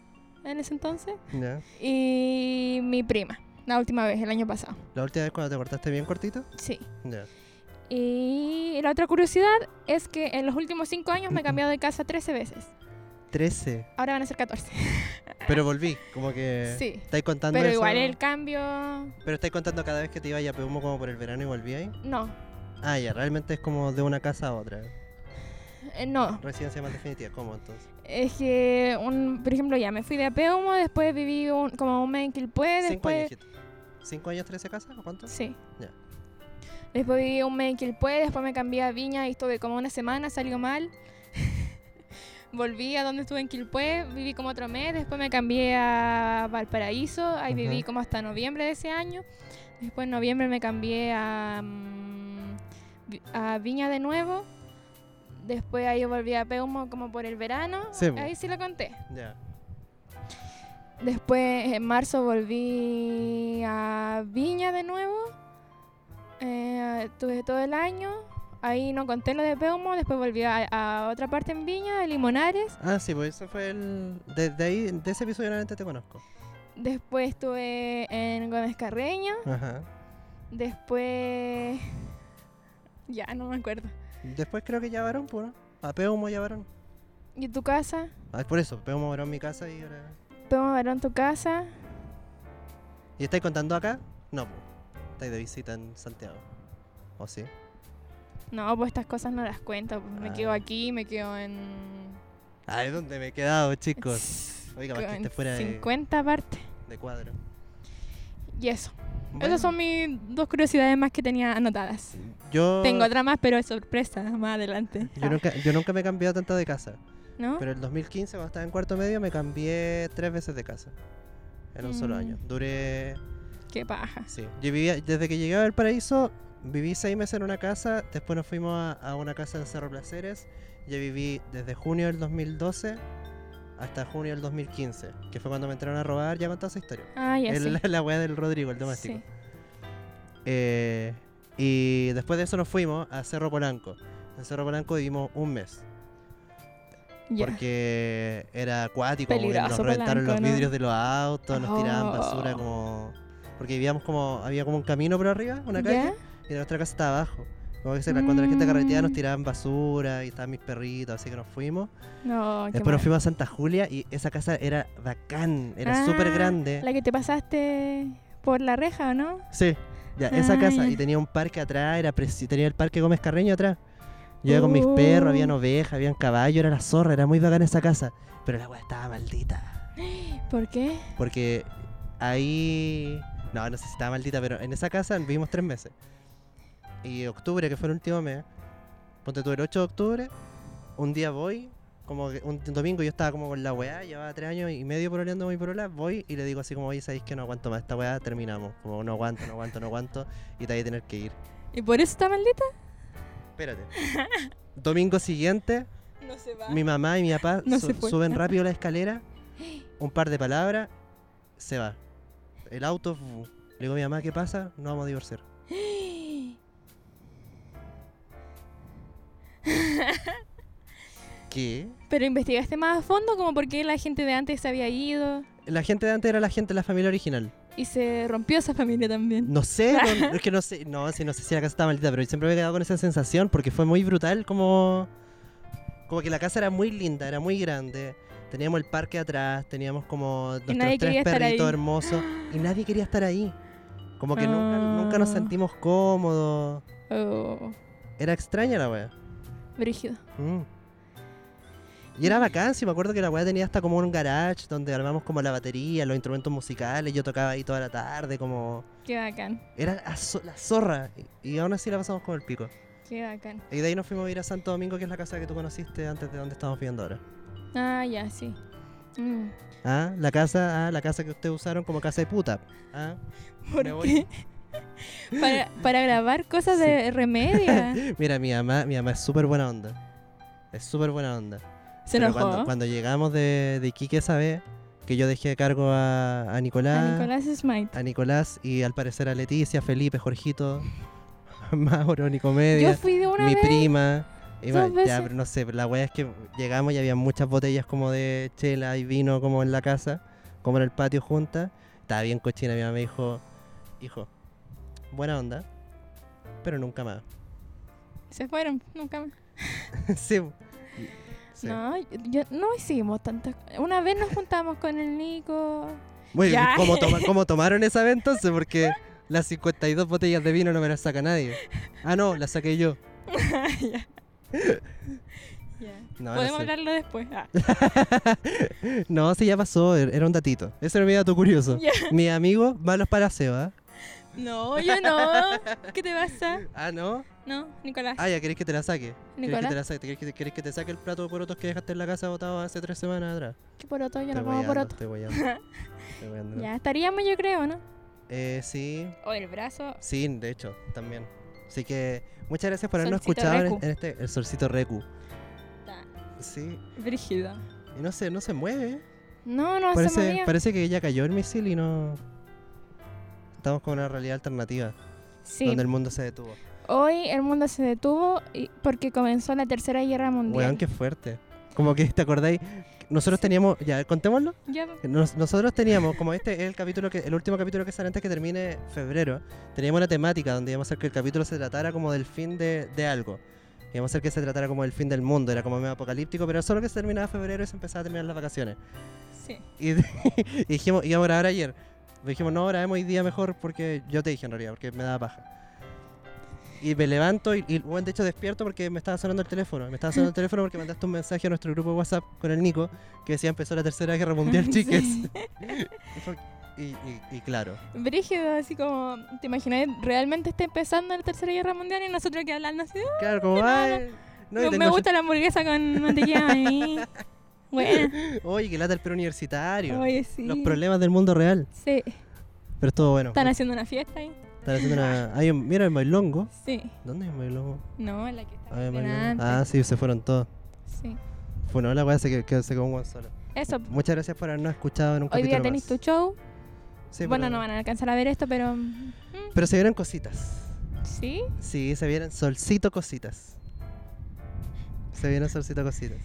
S3: en ese entonces
S1: ¿Ya?
S3: y mi prima, la última vez, el año pasado.
S1: ¿La última vez cuando te cortaste bien cortito?
S3: Sí.
S1: Ya.
S3: Y la otra curiosidad es que en los últimos cinco años me he cambiado de casa 13 veces.
S1: 13.
S3: Ahora van a ser 14.
S1: Pero volví, como que.
S3: Sí.
S1: ¿Estáis contando
S3: Pero
S1: eso?
S3: igual el cambio...
S1: Pero estáis contando cada vez que te ibas a Peumo como por el verano y volví ahí.
S3: No,
S1: Ah, ya, realmente es como de una casa a otra.
S3: eh, no.
S1: Residencia más definitiva, ¿cómo entonces?
S3: Es que, un, por ejemplo, ya me fui de Apeumo, después viví un- como un mes en Quilpué,
S1: ¿Cinco años,
S3: Eh, después...
S1: dijiste? ¿Cinco años, 13 casas? ¿O cuánto?
S3: Sí.
S1: Ya.
S3: Después viví un mes en Quilpué, después me cambié a Viña y estuve como una semana, salió mal. Volví a donde estuve en Quilpué, viví como otro mes, después me cambié a Valparaíso, ahí viví
S1: Ujú.
S3: como hasta noviembre de ese año. Después en noviembre me cambié a, mm, Vi- a Viña de nuevo. Después ahí volví a Peumo como por el verano.
S1: Sí, po.
S3: ahí sí lo conté.
S1: Ya.
S3: Después en marzo volví a Viña de nuevo. Eh, estuve todo el año. Ahí no conté lo de Peumo. Después volví a, a otra parte en Viña, a Limonares.
S1: Ah, sí, pues eso fue el. Desde ahí, de ese episodio realmente te conozco.
S3: Después estuve en Gómez Carreño.
S1: Ajá.
S3: Después. Ya, no me acuerdo.
S1: Después creo que ya varón, pues, ¿no? A Peumo ya varón.
S3: ¿Y tu casa?
S1: Ah, por eso, Peumo varón mi casa y ahora.
S3: Peumo Varón, tu casa.
S1: ¿Y estáis contando acá? No, po. estáis de visita en Santiago. ¿O sí?
S3: No, pues estas cosas no las cuento. pues, Me
S1: Ah.
S3: quedo aquí, me quedo en.
S1: Ah, es donde me he quedado, chicos. Oiga, más que
S3: con
S1: esté fuera de-
S3: 50 partes.
S1: De cuadro.
S3: Y eso.
S1: Bueno,
S3: Esas son mis dos curiosidades más que tenía anotadas.
S1: yo,
S3: Tengo otra más, pero es sorpresa, más adelante.
S1: Yo nunca, yo nunca me he cambiado tanto de casa.
S3: ¿No?
S1: Pero el 2015, cuando estaba en cuarto medio, me cambié tres veces de casa. En un solo
S3: Mm.
S1: año. Duré.
S3: Qué paja.
S1: Sí. Yo vivía, desde que llegué a Valparaíso, viví seis meses en una casa. Después nos fuimos a, a una casa en Cerro Placeres. Yo viví desde junio del 2012 hasta junio del 2015, que fue cuando me entraron a robar, ya contaste esa historia.
S3: Ah, ya
S1: El-
S3: sí.
S1: La weá del Rodrigo, el doméstico.
S3: Sí.
S1: Eh, y después de eso nos fuimos a Cerro Polanco. En Cerro Polanco vivimos un mes.
S3: Ya.
S1: Porque era acuático, como que nos
S3: Peligroso
S1: reventaron los
S3: Polanco, ¿no?
S1: vidrios de los autos, nos tiraban
S3: Oh.
S1: basura como... Porque vivíamos como... Había como un camino por arriba, una calle,
S3: ¿Ya?
S1: y nuestra casa estaba abajo. Como que se- cuando la gente carreteaba nos
S3: Mm.
S1: tiraban basura y estaban mis perritos, así que nos fuimos.
S3: No, qué
S1: Después nos
S3: mal.
S1: fuimos a Santa Julia y esa casa era bacán, era
S3: Ah,
S1: súper grande.
S3: La que te pasaste por la reja, ¿o no?
S1: Sí, ya, esa
S3: Ah,
S1: casa.
S3: ya.
S1: Y tenía un parque atrás, era preci- tenía el parque Gómez Carreño atrás. Yo iba con mis perros,
S3: Uh.
S1: habían ovejas, habían caballos, era la zorra, era muy bacana esa casa. Pero la weá estaba maldita.
S3: ¿Por qué?
S1: Porque ahí. No, no sé si estaba maldita, pero en esa casa vivimos tres meses. Y octubre, que fue el último mes, ponte tú el 8 de octubre, un día voy, como que un, un domingo yo estaba como con la weá, llevaba tres años y medio poroleando con mi porola, voy y le digo así como, oye, sabéis que no aguanto más esta weá, terminamos. Como no aguanto, no aguanto, no aguanto, y te voy a tener que ir.
S3: ¿Y por eso está maldita?
S1: Espérate. Domingo siguiente,
S3: No se va.
S1: mi mamá y mi papá
S3: No
S1: su-
S3: se fue.
S1: suben rápido la escalera, un par de palabras, se va. El auto, fu- le digo a mi mamá, ¿qué pasa? No vamos a divorciar. ¿Qué?
S3: Pero investigaste más a fondo como por qué la gente de antes se había ido
S1: La gente de antes era la gente de la familia original.
S3: y se rompió esa familia también.
S1: No sé, no- es que no sé, no, sí, no sé si la casa estaba maldita, pero siempre me he quedado con esa sensación porque fue muy brutal como... Como que la casa era muy linda, era muy grande. Teníamos el parque atrás, teníamos como nuestros
S3: nadie quería
S1: tres
S3: estar
S1: perritos
S3: ahí.
S1: hermosos y nadie quería estar ahí. Como que nunca, nunca nos
S3: Ah.
S1: sentimos cómodos.
S3: Oh,
S1: Era extraña la wea.
S3: brígido.
S1: Mm. Y era bacán, sí, me acuerdo que la weá tenía hasta como un garage donde armamos como la batería, los instrumentos musicales, yo tocaba ahí toda la tarde, como...
S3: Qué bacán,
S1: Era la zo- la zorra, y y aún así la pasamos como el pico.
S3: qué bacán.
S1: Y de ahí nos fuimos a ir a Santo Domingo, que es la casa que tú conociste antes de donde estamos viviendo ahora.
S3: Ah, ya, sí. Mm.
S1: Ah, la casa, ah, la casa que ustedes usaron como casa de puta. Ah,
S3: ¿Por
S1: Me voy.
S3: qué? para, para grabar cosas de remedia.
S1: mira, mi mamá, mi mamá es súper buena onda. Es súper buena onda.
S3: Se
S1: Pero
S3: enojó.
S1: Cuando, cuando llegamos de, de Iquique esa vez, que yo dejé de cargo a, a
S3: A
S1: Nicolás,
S3: Nicolás Smite.
S1: a Nicolás y al parecer a Leticia, Felipe, Jorgito, Mauro,
S3: Yo
S1: Nicomedia,
S3: fui de una
S1: mi
S3: vez.
S1: prima. y
S3: dos
S1: va- ya,
S3: veces.
S1: pero no sé, la weá es que llegamos y había muchas botellas como de chela y vino como en la casa, como en el patio juntas. Estaba bien cochina, mi mamá me dijo, hijo, buena onda, pero nunca más.
S3: Se fueron, nunca más.
S1: sí. Sí.
S3: No, yo- no hicimos tantas. Una vez nos juntamos con el Nico.
S1: Bueno,
S3: Ya.
S1: ¿cómo, toma- cómo tomaron esa vez entonces? Porque las 52 botellas de vino no me las saca nadie. Ah, no, las saqué yo.
S3: Ya. Ya.
S1: No, no,
S3: Podemos
S1: sé.
S3: hablarlo después. Ah.
S1: No, sí, ya pasó, er- era un datito. Ese era mi dato curioso.
S3: Ya.
S1: Mi amigo, malos para Seba.
S3: No, yo no. ¿Qué te pasa?
S1: Ah, no.
S3: No, Nicolás.
S1: Ah, ya, ¿querés que te la saque? ¿Querés que
S3: Nicolás.
S1: te la saque? ¿Querés que, querés que te saque el plato de porotos que dejaste en la casa botado hace tres semanas atrás?
S3: ¿Qué poroto? Yo
S1: Estoy
S3: no como
S1: guayando,
S3: poroto.
S1: Estoy guayando. Estoy guayando, ¿no?
S3: Ya, estaríamos yo creo, ¿no?
S1: Eh, sí,
S3: O el brazo.
S1: sí, de hecho, también. Así que muchas gracias por habernos
S3: Solcito
S1: escuchado en,
S3: Recu.
S1: en este, el solcito Recu.
S3: Está
S1: Sí,
S3: brígido.
S1: y no se, no se mueve, ¿eh?
S3: No, no se
S1: Parece,
S3: movía.
S1: parece que ya cayó el misil y no. Estamos con una realidad alternativa,
S3: Sí.
S1: donde el mundo se detuvo.
S3: Hoy el mundo se detuvo y- porque comenzó la Tercera Guerra Mundial.
S1: Weón, qué fuerte. Como que, ¿te acordáis? Nosotros teníamos, ya, contémoslo.
S3: Ya,
S1: Nos- nosotros teníamos, como este es el capítulo que, el último capítulo que sale antes que termine febrero, teníamos una temática donde íbamos a hacer que el capítulo se tratara como del fin de, de algo. Íbamos a hacer que se tratara como del fin del mundo, era como medio apocalíptico, pero solo que se terminaba febrero y se empezaba a terminar las vacaciones.
S3: sí.
S1: Y, y dijimos, íbamos a grabar ayer. Dijimos, no, grabemos hoy día mejor porque yo te dije en realidad, porque me daba paja. Y me levanto y, y, bueno, de hecho despierto porque me estaba sonando el teléfono. Me estaba sonando el teléfono porque mandaste un mensaje a nuestro grupo de WhatsApp con el Nico que decía empezó la tercera guerra mundial, chiques.
S3: Sí.
S1: Y fue- Y, y- y claro,
S3: Brígido, así como, ¿te imaginas? Realmente está empezando la Tercera Guerra Mundial y nosotros que hablando así. "Ah,
S1: claro, como,
S3: nada.
S1: ay, no, y
S3: no, me
S1: tengo-
S3: gusta la hamburguesa con mantequilla ahí. Bueno,
S1: Oye, que lata el perro universitario.
S3: oye, sí.
S1: Los problemas del mundo real.
S3: Sí,
S1: Pero estuvo bueno.
S3: están haciendo una fiesta ahí.
S1: Están haciendo una. hay un- mira el bailongo.
S3: Sí.
S1: ¿Dónde es el bailongo?
S3: No, la que está
S1: Ah, el
S3: bien
S1: bailongo.
S3: antes.
S1: Ah, sí, se fueron todos.
S3: Sí.
S1: Funó la weá, se quedó, se quedó un weón solo.
S3: Eso.
S1: Muchas gracias por habernos escuchado en un
S3: Hoy
S1: capítulo
S3: día tenéis
S1: más.
S3: tu show.
S1: Sí,
S3: bueno,
S1: pero-
S3: no van a alcanzar a ver esto, pero. mm,
S1: Pero se vieron cositas.
S3: Sí.
S1: Sí, se vienen solcito cositas. Se vienen solcito cositas.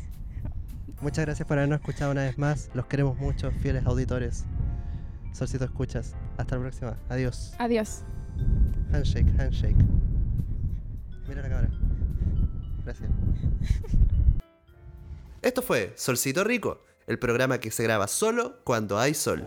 S1: Muchas gracias por habernos escuchado una vez más. Los queremos mucho, fieles auditores. Solcito escuchas. Hasta la próxima. Adiós.
S3: Adiós.
S1: Handshake, handshake. Mira la cámara. Gracias. Esto fue Solcito Rico, el programa que se graba solo cuando hay sol.